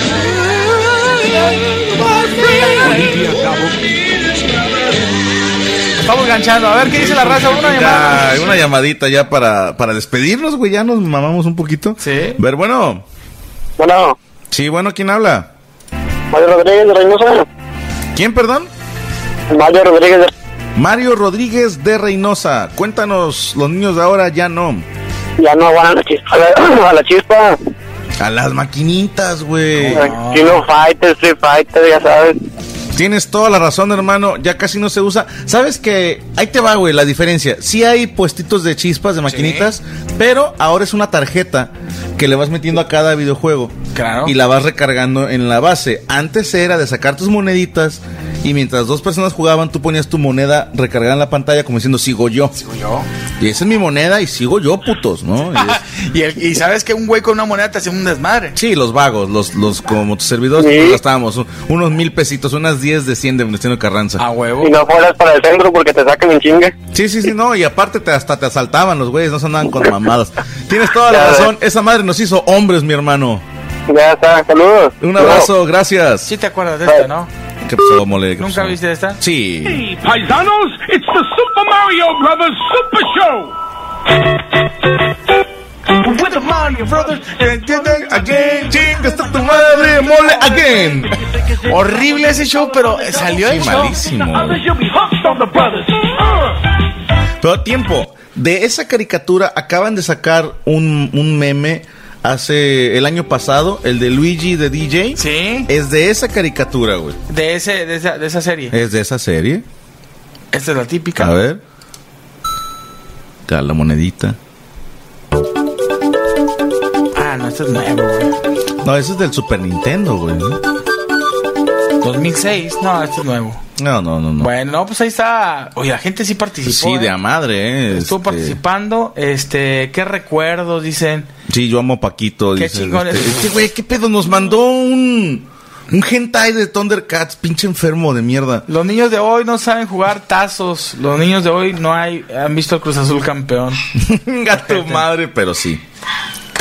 [SPEAKER 13] Olivia Dabo,
[SPEAKER 6] Estamos enganchando. A ver qué dice la raza. Una llamada.
[SPEAKER 7] Ya, una llamadita ya para, para despedirnos, güey. Ya nos mamamos un poquito.
[SPEAKER 6] Sí.
[SPEAKER 7] Ver, bueno.
[SPEAKER 9] Bueno,
[SPEAKER 7] Sí, bueno, ¿quién habla?
[SPEAKER 9] Mario Rodríguez de Reynosa.
[SPEAKER 7] ¿Quién, perdón?
[SPEAKER 9] Mario Rodríguez de
[SPEAKER 7] Mario Rodríguez de Reynosa. Cuéntanos, los niños de ahora ya no.
[SPEAKER 9] Ya no van a la chispa. A la, a la chispa.
[SPEAKER 7] A las maquinitas, güey.
[SPEAKER 9] Kino Fighter, Street Fighter, ya sabes.
[SPEAKER 7] Tienes toda la razón, hermano. Ya casi no se usa. Sabes que ahí te va, güey, la diferencia. Sí hay puestitos de chispas, de maquinitas, pero ahora es una tarjeta que le vas metiendo a cada videojuego.
[SPEAKER 6] Claro.
[SPEAKER 7] Y la vas recargando en la base. Antes era de sacar tus moneditas y mientras dos personas jugaban, tú ponías tu moneda recargada en la pantalla como diciendo, sigo yo.
[SPEAKER 6] Yo.
[SPEAKER 7] Y esa es mi moneda y sigo yo, putos, ¿no? Y es-
[SPEAKER 6] Y, el- y sabes que un güey con una moneda te hace un desmadre.
[SPEAKER 7] Sí, los vagos, los, los como tus servidores,
[SPEAKER 9] Sí.
[SPEAKER 7] nosotros gastábamos un- unos mil pesitos, unas diez de cien de Venustiano Carranza.
[SPEAKER 6] A huevo.
[SPEAKER 9] Y no fueras para el centro porque te sacan en chingue.
[SPEAKER 7] Sí, sí, sí, no, y aparte te, hasta te asaltaban los güeyes, no se andaban con mamadas. Tienes toda la
[SPEAKER 9] Ya
[SPEAKER 7] razón, esa madre nos hizo hombres, mi hermano.
[SPEAKER 9] Ya está, saludos.
[SPEAKER 7] Un abrazo, gracias.
[SPEAKER 6] Sí te acuerdas de esta, ¿no?
[SPEAKER 7] ¿Qué pasó, mole? ¿Qué
[SPEAKER 6] ¿Nunca
[SPEAKER 7] pasó?
[SPEAKER 6] viste esta?
[SPEAKER 7] Sí.
[SPEAKER 10] Hey, paisanos, it's the Super Mario Brothers Super Show.
[SPEAKER 6] With the Mario Brothers.
[SPEAKER 7] Again, chinga, está tu madre, mole, again.
[SPEAKER 6] Horrible ese show, pero
[SPEAKER 10] eh,
[SPEAKER 6] salió
[SPEAKER 7] Sí,
[SPEAKER 6] el show.
[SPEAKER 7] malísimo.
[SPEAKER 10] Others, you'll be hooked on the brothers. Ah.
[SPEAKER 7] Pero tiempo, de esa caricatura acaban de sacar un, un meme hace el año pasado, el de Luigi de DJ.
[SPEAKER 6] Sí.
[SPEAKER 7] Es de esa caricatura, güey.
[SPEAKER 6] De, ese, de, esa, de esa serie.
[SPEAKER 7] Es de esa serie.
[SPEAKER 6] Esta es la típica.
[SPEAKER 7] Eh. A ver. Da la monedita.
[SPEAKER 6] Ah, no, esto es nuevo, güey.
[SPEAKER 7] No, ese es del Super Nintendo, güey.
[SPEAKER 6] 2006. No, esto es nuevo.
[SPEAKER 7] No, no, no, no.
[SPEAKER 6] Bueno, no, pues ahí está. Oye, la gente sí participó.
[SPEAKER 7] sí,
[SPEAKER 6] ¿eh?
[SPEAKER 7] de a madre, eh.
[SPEAKER 6] Estuvo
[SPEAKER 7] Este,
[SPEAKER 6] participando. Este, ¿qué recuerdos dicen?
[SPEAKER 7] Sí, yo amo a Paquito.
[SPEAKER 6] Qué
[SPEAKER 7] dice,
[SPEAKER 6] chingón
[SPEAKER 7] este,
[SPEAKER 6] es.
[SPEAKER 7] este güey, ¿qué pedo? Nos mandó un. Un hentai de Thundercats, pinche enfermo de mierda.
[SPEAKER 6] Los niños de hoy no saben jugar tazos. Los niños de hoy no hay, han visto el Cruz Azul campeón.
[SPEAKER 7] Venga tu madre, pero sí.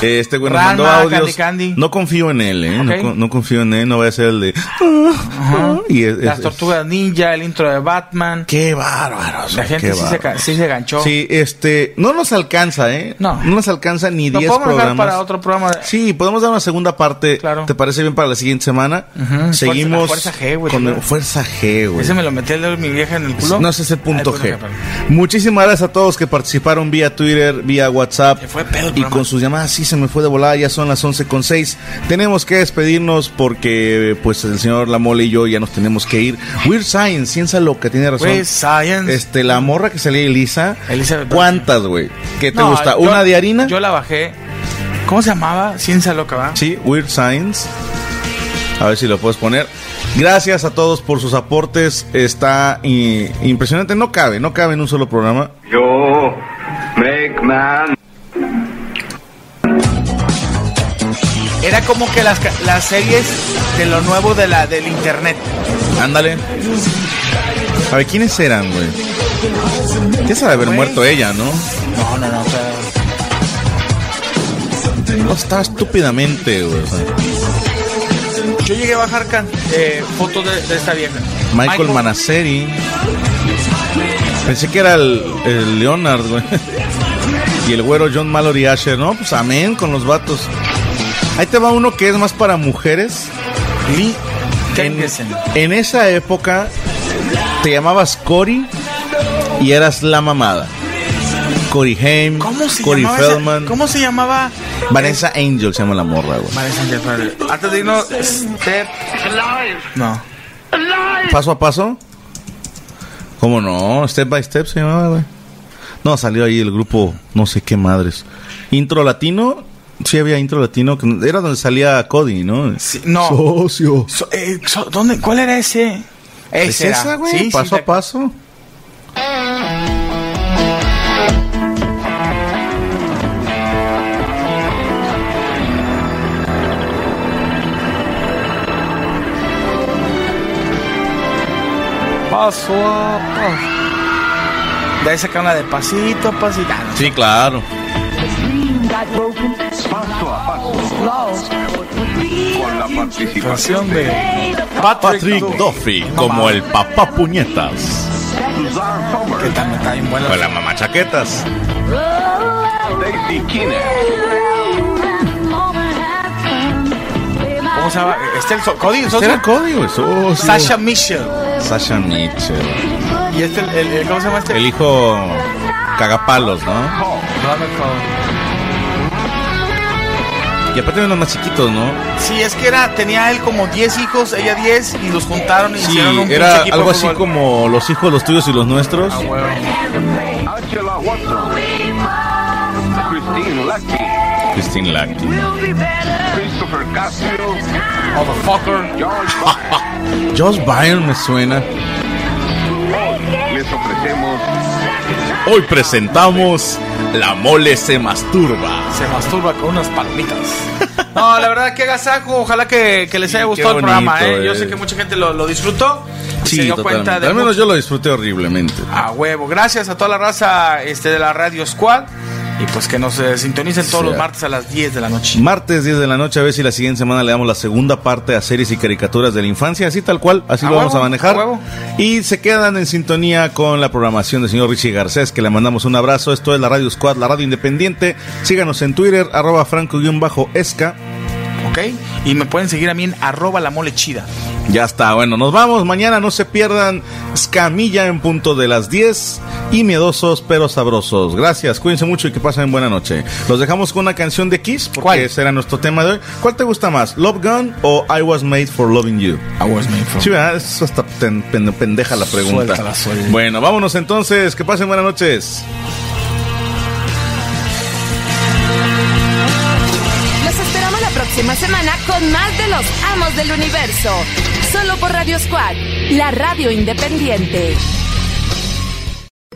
[SPEAKER 7] Eh, Este güey nos
[SPEAKER 6] Ranma,
[SPEAKER 7] mandó audios.
[SPEAKER 6] Candy Candy.
[SPEAKER 7] No confío en él, ¿eh? No
[SPEAKER 6] Ok.
[SPEAKER 7] con- No, confío en él, no vaya a ser el de. "Ah, Y es-
[SPEAKER 6] Las
[SPEAKER 7] es-
[SPEAKER 6] tortugas ninja, el intro de Batman.
[SPEAKER 7] Qué bárbaros.
[SPEAKER 6] La gente
[SPEAKER 7] qué
[SPEAKER 6] sí se, ca-
[SPEAKER 7] bárbaros.
[SPEAKER 6] sí se ganchó.
[SPEAKER 7] Sí, este, no nos alcanza, ¿eh?
[SPEAKER 6] No.
[SPEAKER 7] No nos alcanza ni
[SPEAKER 6] Lo
[SPEAKER 7] 10
[SPEAKER 6] podemos dejar
[SPEAKER 7] programas.
[SPEAKER 6] para otro programa. de-
[SPEAKER 7] Sí, podemos dar una segunda parte.
[SPEAKER 6] Claro.
[SPEAKER 7] ¿Te parece bien para la siguiente semana?
[SPEAKER 6] Ujú.
[SPEAKER 7] Seguimos
[SPEAKER 6] Fuerza- la Fuerza G,
[SPEAKER 7] con
[SPEAKER 6] güey, también.
[SPEAKER 7] el- Fuerza G, güey.
[SPEAKER 6] Ese me lo metí el dedo de mi vieja en el culo.
[SPEAKER 7] No ese es el punto
[SPEAKER 6] Ah,
[SPEAKER 7] G.
[SPEAKER 6] perdón.
[SPEAKER 7] Muchísimas gracias a todos que participaron vía Twitter, vía WhatsApp.
[SPEAKER 6] Se fue
[SPEAKER 7] y
[SPEAKER 6] pedo el programa.
[SPEAKER 7] con sus llamadas, sí, se me fue de volada, ya son las 11 con seis. Tenemos que despedirnos porque, pues, el señor La Mole y yo ya nos tenemos que ir. Weird Science, ciencia loca, tiene razón.
[SPEAKER 6] Güey, Science.
[SPEAKER 7] Pues Este, la morra que salía Elisa.
[SPEAKER 6] Elizabeth
[SPEAKER 7] ¿Cuántas, güey? ¿Qué te
[SPEAKER 6] No,
[SPEAKER 7] gusta?
[SPEAKER 6] yo-
[SPEAKER 7] ¿Una de harina?
[SPEAKER 6] Yo la bajé. ¿Cómo se llamaba? Ciencia loca, ¿va?
[SPEAKER 7] Sí, Weird Science. A ver si lo puedes poner. Gracias a todos por sus aportes. Está eh, impresionante. No cabe, no cabe en un solo programa.
[SPEAKER 13] Yo, McMahon.
[SPEAKER 6] Era como que las, ca- las series de lo nuevo de la, del internet.
[SPEAKER 7] Ándale. A ver, ¿quiénes eran, güey? Ya se ha de haber muerto ella, ¿no?
[SPEAKER 6] No, no, no. o sea,
[SPEAKER 7] No, estaba estúpidamente, güey. o sea.
[SPEAKER 6] yo llegué a bajar can- eh, fotos de, de esta vieja.
[SPEAKER 7] Michael, Manaceri. Pensé que era el, el Leonard, güey. Y el güero John Mallory Asher, ¿no? Pues amén con los vatos. Ahí te va uno que es más para mujeres. Lee en, en esa época te llamabas Cory y eras la mamada. Cory Haim,
[SPEAKER 6] ¿Cómo se
[SPEAKER 7] Cory
[SPEAKER 6] llamaba esa-
[SPEAKER 7] Feldman.
[SPEAKER 6] ¿Cómo se llamaba?
[SPEAKER 7] Vanessa Angel se llama la morra, güey.
[SPEAKER 6] Vanessa Angel, espérale. Antes de irnos, Step.
[SPEAKER 7] No. ¿Paso a paso? ¿Cómo no? Step by step se llamaba, güey. No, salió ahí el grupo, no sé qué madres. Intro latino, sí había intro latino, que era donde salía Cody, ¿no?
[SPEAKER 6] no.
[SPEAKER 7] Socio.
[SPEAKER 6] So- eh, so- ¿dónde, ¿Cuál era ese?
[SPEAKER 7] ¿Es
[SPEAKER 6] era.
[SPEAKER 7] esa, güey?
[SPEAKER 6] Sí, sí,
[SPEAKER 7] paso
[SPEAKER 6] de-
[SPEAKER 7] a paso.
[SPEAKER 6] Paso a paso. De ahí sacaron la de pasito a pasito. Ah, no.
[SPEAKER 7] Sí, claro.
[SPEAKER 5] Con la participación de
[SPEAKER 7] Patrick Duffy, como el papá puñetas.
[SPEAKER 6] Que también está bien buena.
[SPEAKER 7] Con la mamá chaquetas.
[SPEAKER 5] Daisy Kinner.
[SPEAKER 6] ¿Cómo se llama? Este el so- Cody, el
[SPEAKER 7] Este
[SPEAKER 6] socio.
[SPEAKER 7] era Cody, güey. socio.
[SPEAKER 6] Sasha Mitchell.
[SPEAKER 7] Sasha Mitchell.
[SPEAKER 6] Y este, el, el- el- ¿cómo se llama este?
[SPEAKER 7] El hijo cagapalos, ¿no?
[SPEAKER 6] Ronald Cole.
[SPEAKER 7] Y aparte eran los más chiquitos, ¿no?
[SPEAKER 6] Sí, es que era, tenía él como 10 hijos, ella 10, y los juntaron y
[SPEAKER 7] Sí,
[SPEAKER 6] hicieron un pinche
[SPEAKER 7] era
[SPEAKER 6] equipo
[SPEAKER 7] algo
[SPEAKER 6] de
[SPEAKER 7] así
[SPEAKER 6] fútbol.
[SPEAKER 7] como los hijos, los tuyos y los nuestros.
[SPEAKER 6] Ah, huevo.
[SPEAKER 5] Christine Lucky.
[SPEAKER 7] Christine Lacti.
[SPEAKER 5] Christopher Casio.
[SPEAKER 6] Motherfucker.
[SPEAKER 5] George Byrne.
[SPEAKER 7] Josh Byron me suena.
[SPEAKER 5] Les ofrecemos
[SPEAKER 7] Hoy presentamos La Mole se masturba.
[SPEAKER 6] Se masturba con unas palomitas. No, la verdad, qué agasajo. Ojalá que, que les haya gustado
[SPEAKER 7] qué
[SPEAKER 6] el programa,
[SPEAKER 7] bonito,
[SPEAKER 6] ¿eh? Yo
[SPEAKER 7] eh.
[SPEAKER 6] sé que mucha gente lo, lo disfrutó. y se
[SPEAKER 7] Sí,
[SPEAKER 6] dio cuenta
[SPEAKER 7] totalmente.
[SPEAKER 6] de
[SPEAKER 7] Al menos
[SPEAKER 6] mucho-
[SPEAKER 7] yo lo disfruté horriblemente.
[SPEAKER 6] A huevo. Gracias a toda la raza este, de la Radio Squad. Y pues que nos eh, sintonicen todos
[SPEAKER 7] Sí.
[SPEAKER 6] los martes a las 10 de la noche.
[SPEAKER 7] Martes 10 de la noche, a ver si la siguiente semana le damos la segunda parte a series y caricaturas de la infancia, así tal cual, así
[SPEAKER 6] A
[SPEAKER 7] lo vamos
[SPEAKER 6] huevo,
[SPEAKER 7] a manejar.
[SPEAKER 6] a huevo.
[SPEAKER 7] Y se quedan en sintonía con la programación del señor Richie Garcés, que le mandamos un abrazo. Esto es la Radio Squad, la radio independiente. Síganos en Twitter, arroba franco-esca.
[SPEAKER 6] ¿Ok? Y me pueden seguir a mí en arroba la mole chida.
[SPEAKER 7] Ya está, bueno, nos vamos. Mañana no se pierdan Scamilla en punto de las 10 y Miedosos pero Sabrosos. Gracias, cuídense mucho y que pasen buena noche. Los dejamos con una canción de Kiss porque ese era nuestro tema de hoy. ¿Cuál te gusta más, Love Gun o I Was Made for Loving You?
[SPEAKER 6] I was made for-
[SPEAKER 7] Sí, ¿verdad? Ah, es hasta ten- pen- pendeja la pregunta.
[SPEAKER 6] Suéltala, suéltala.
[SPEAKER 7] Bueno, vámonos entonces, que pasen buenas noches.
[SPEAKER 3] Los esperamos la próxima semana con más de los amos del universo. Solo por Radio Squad, la radio independiente.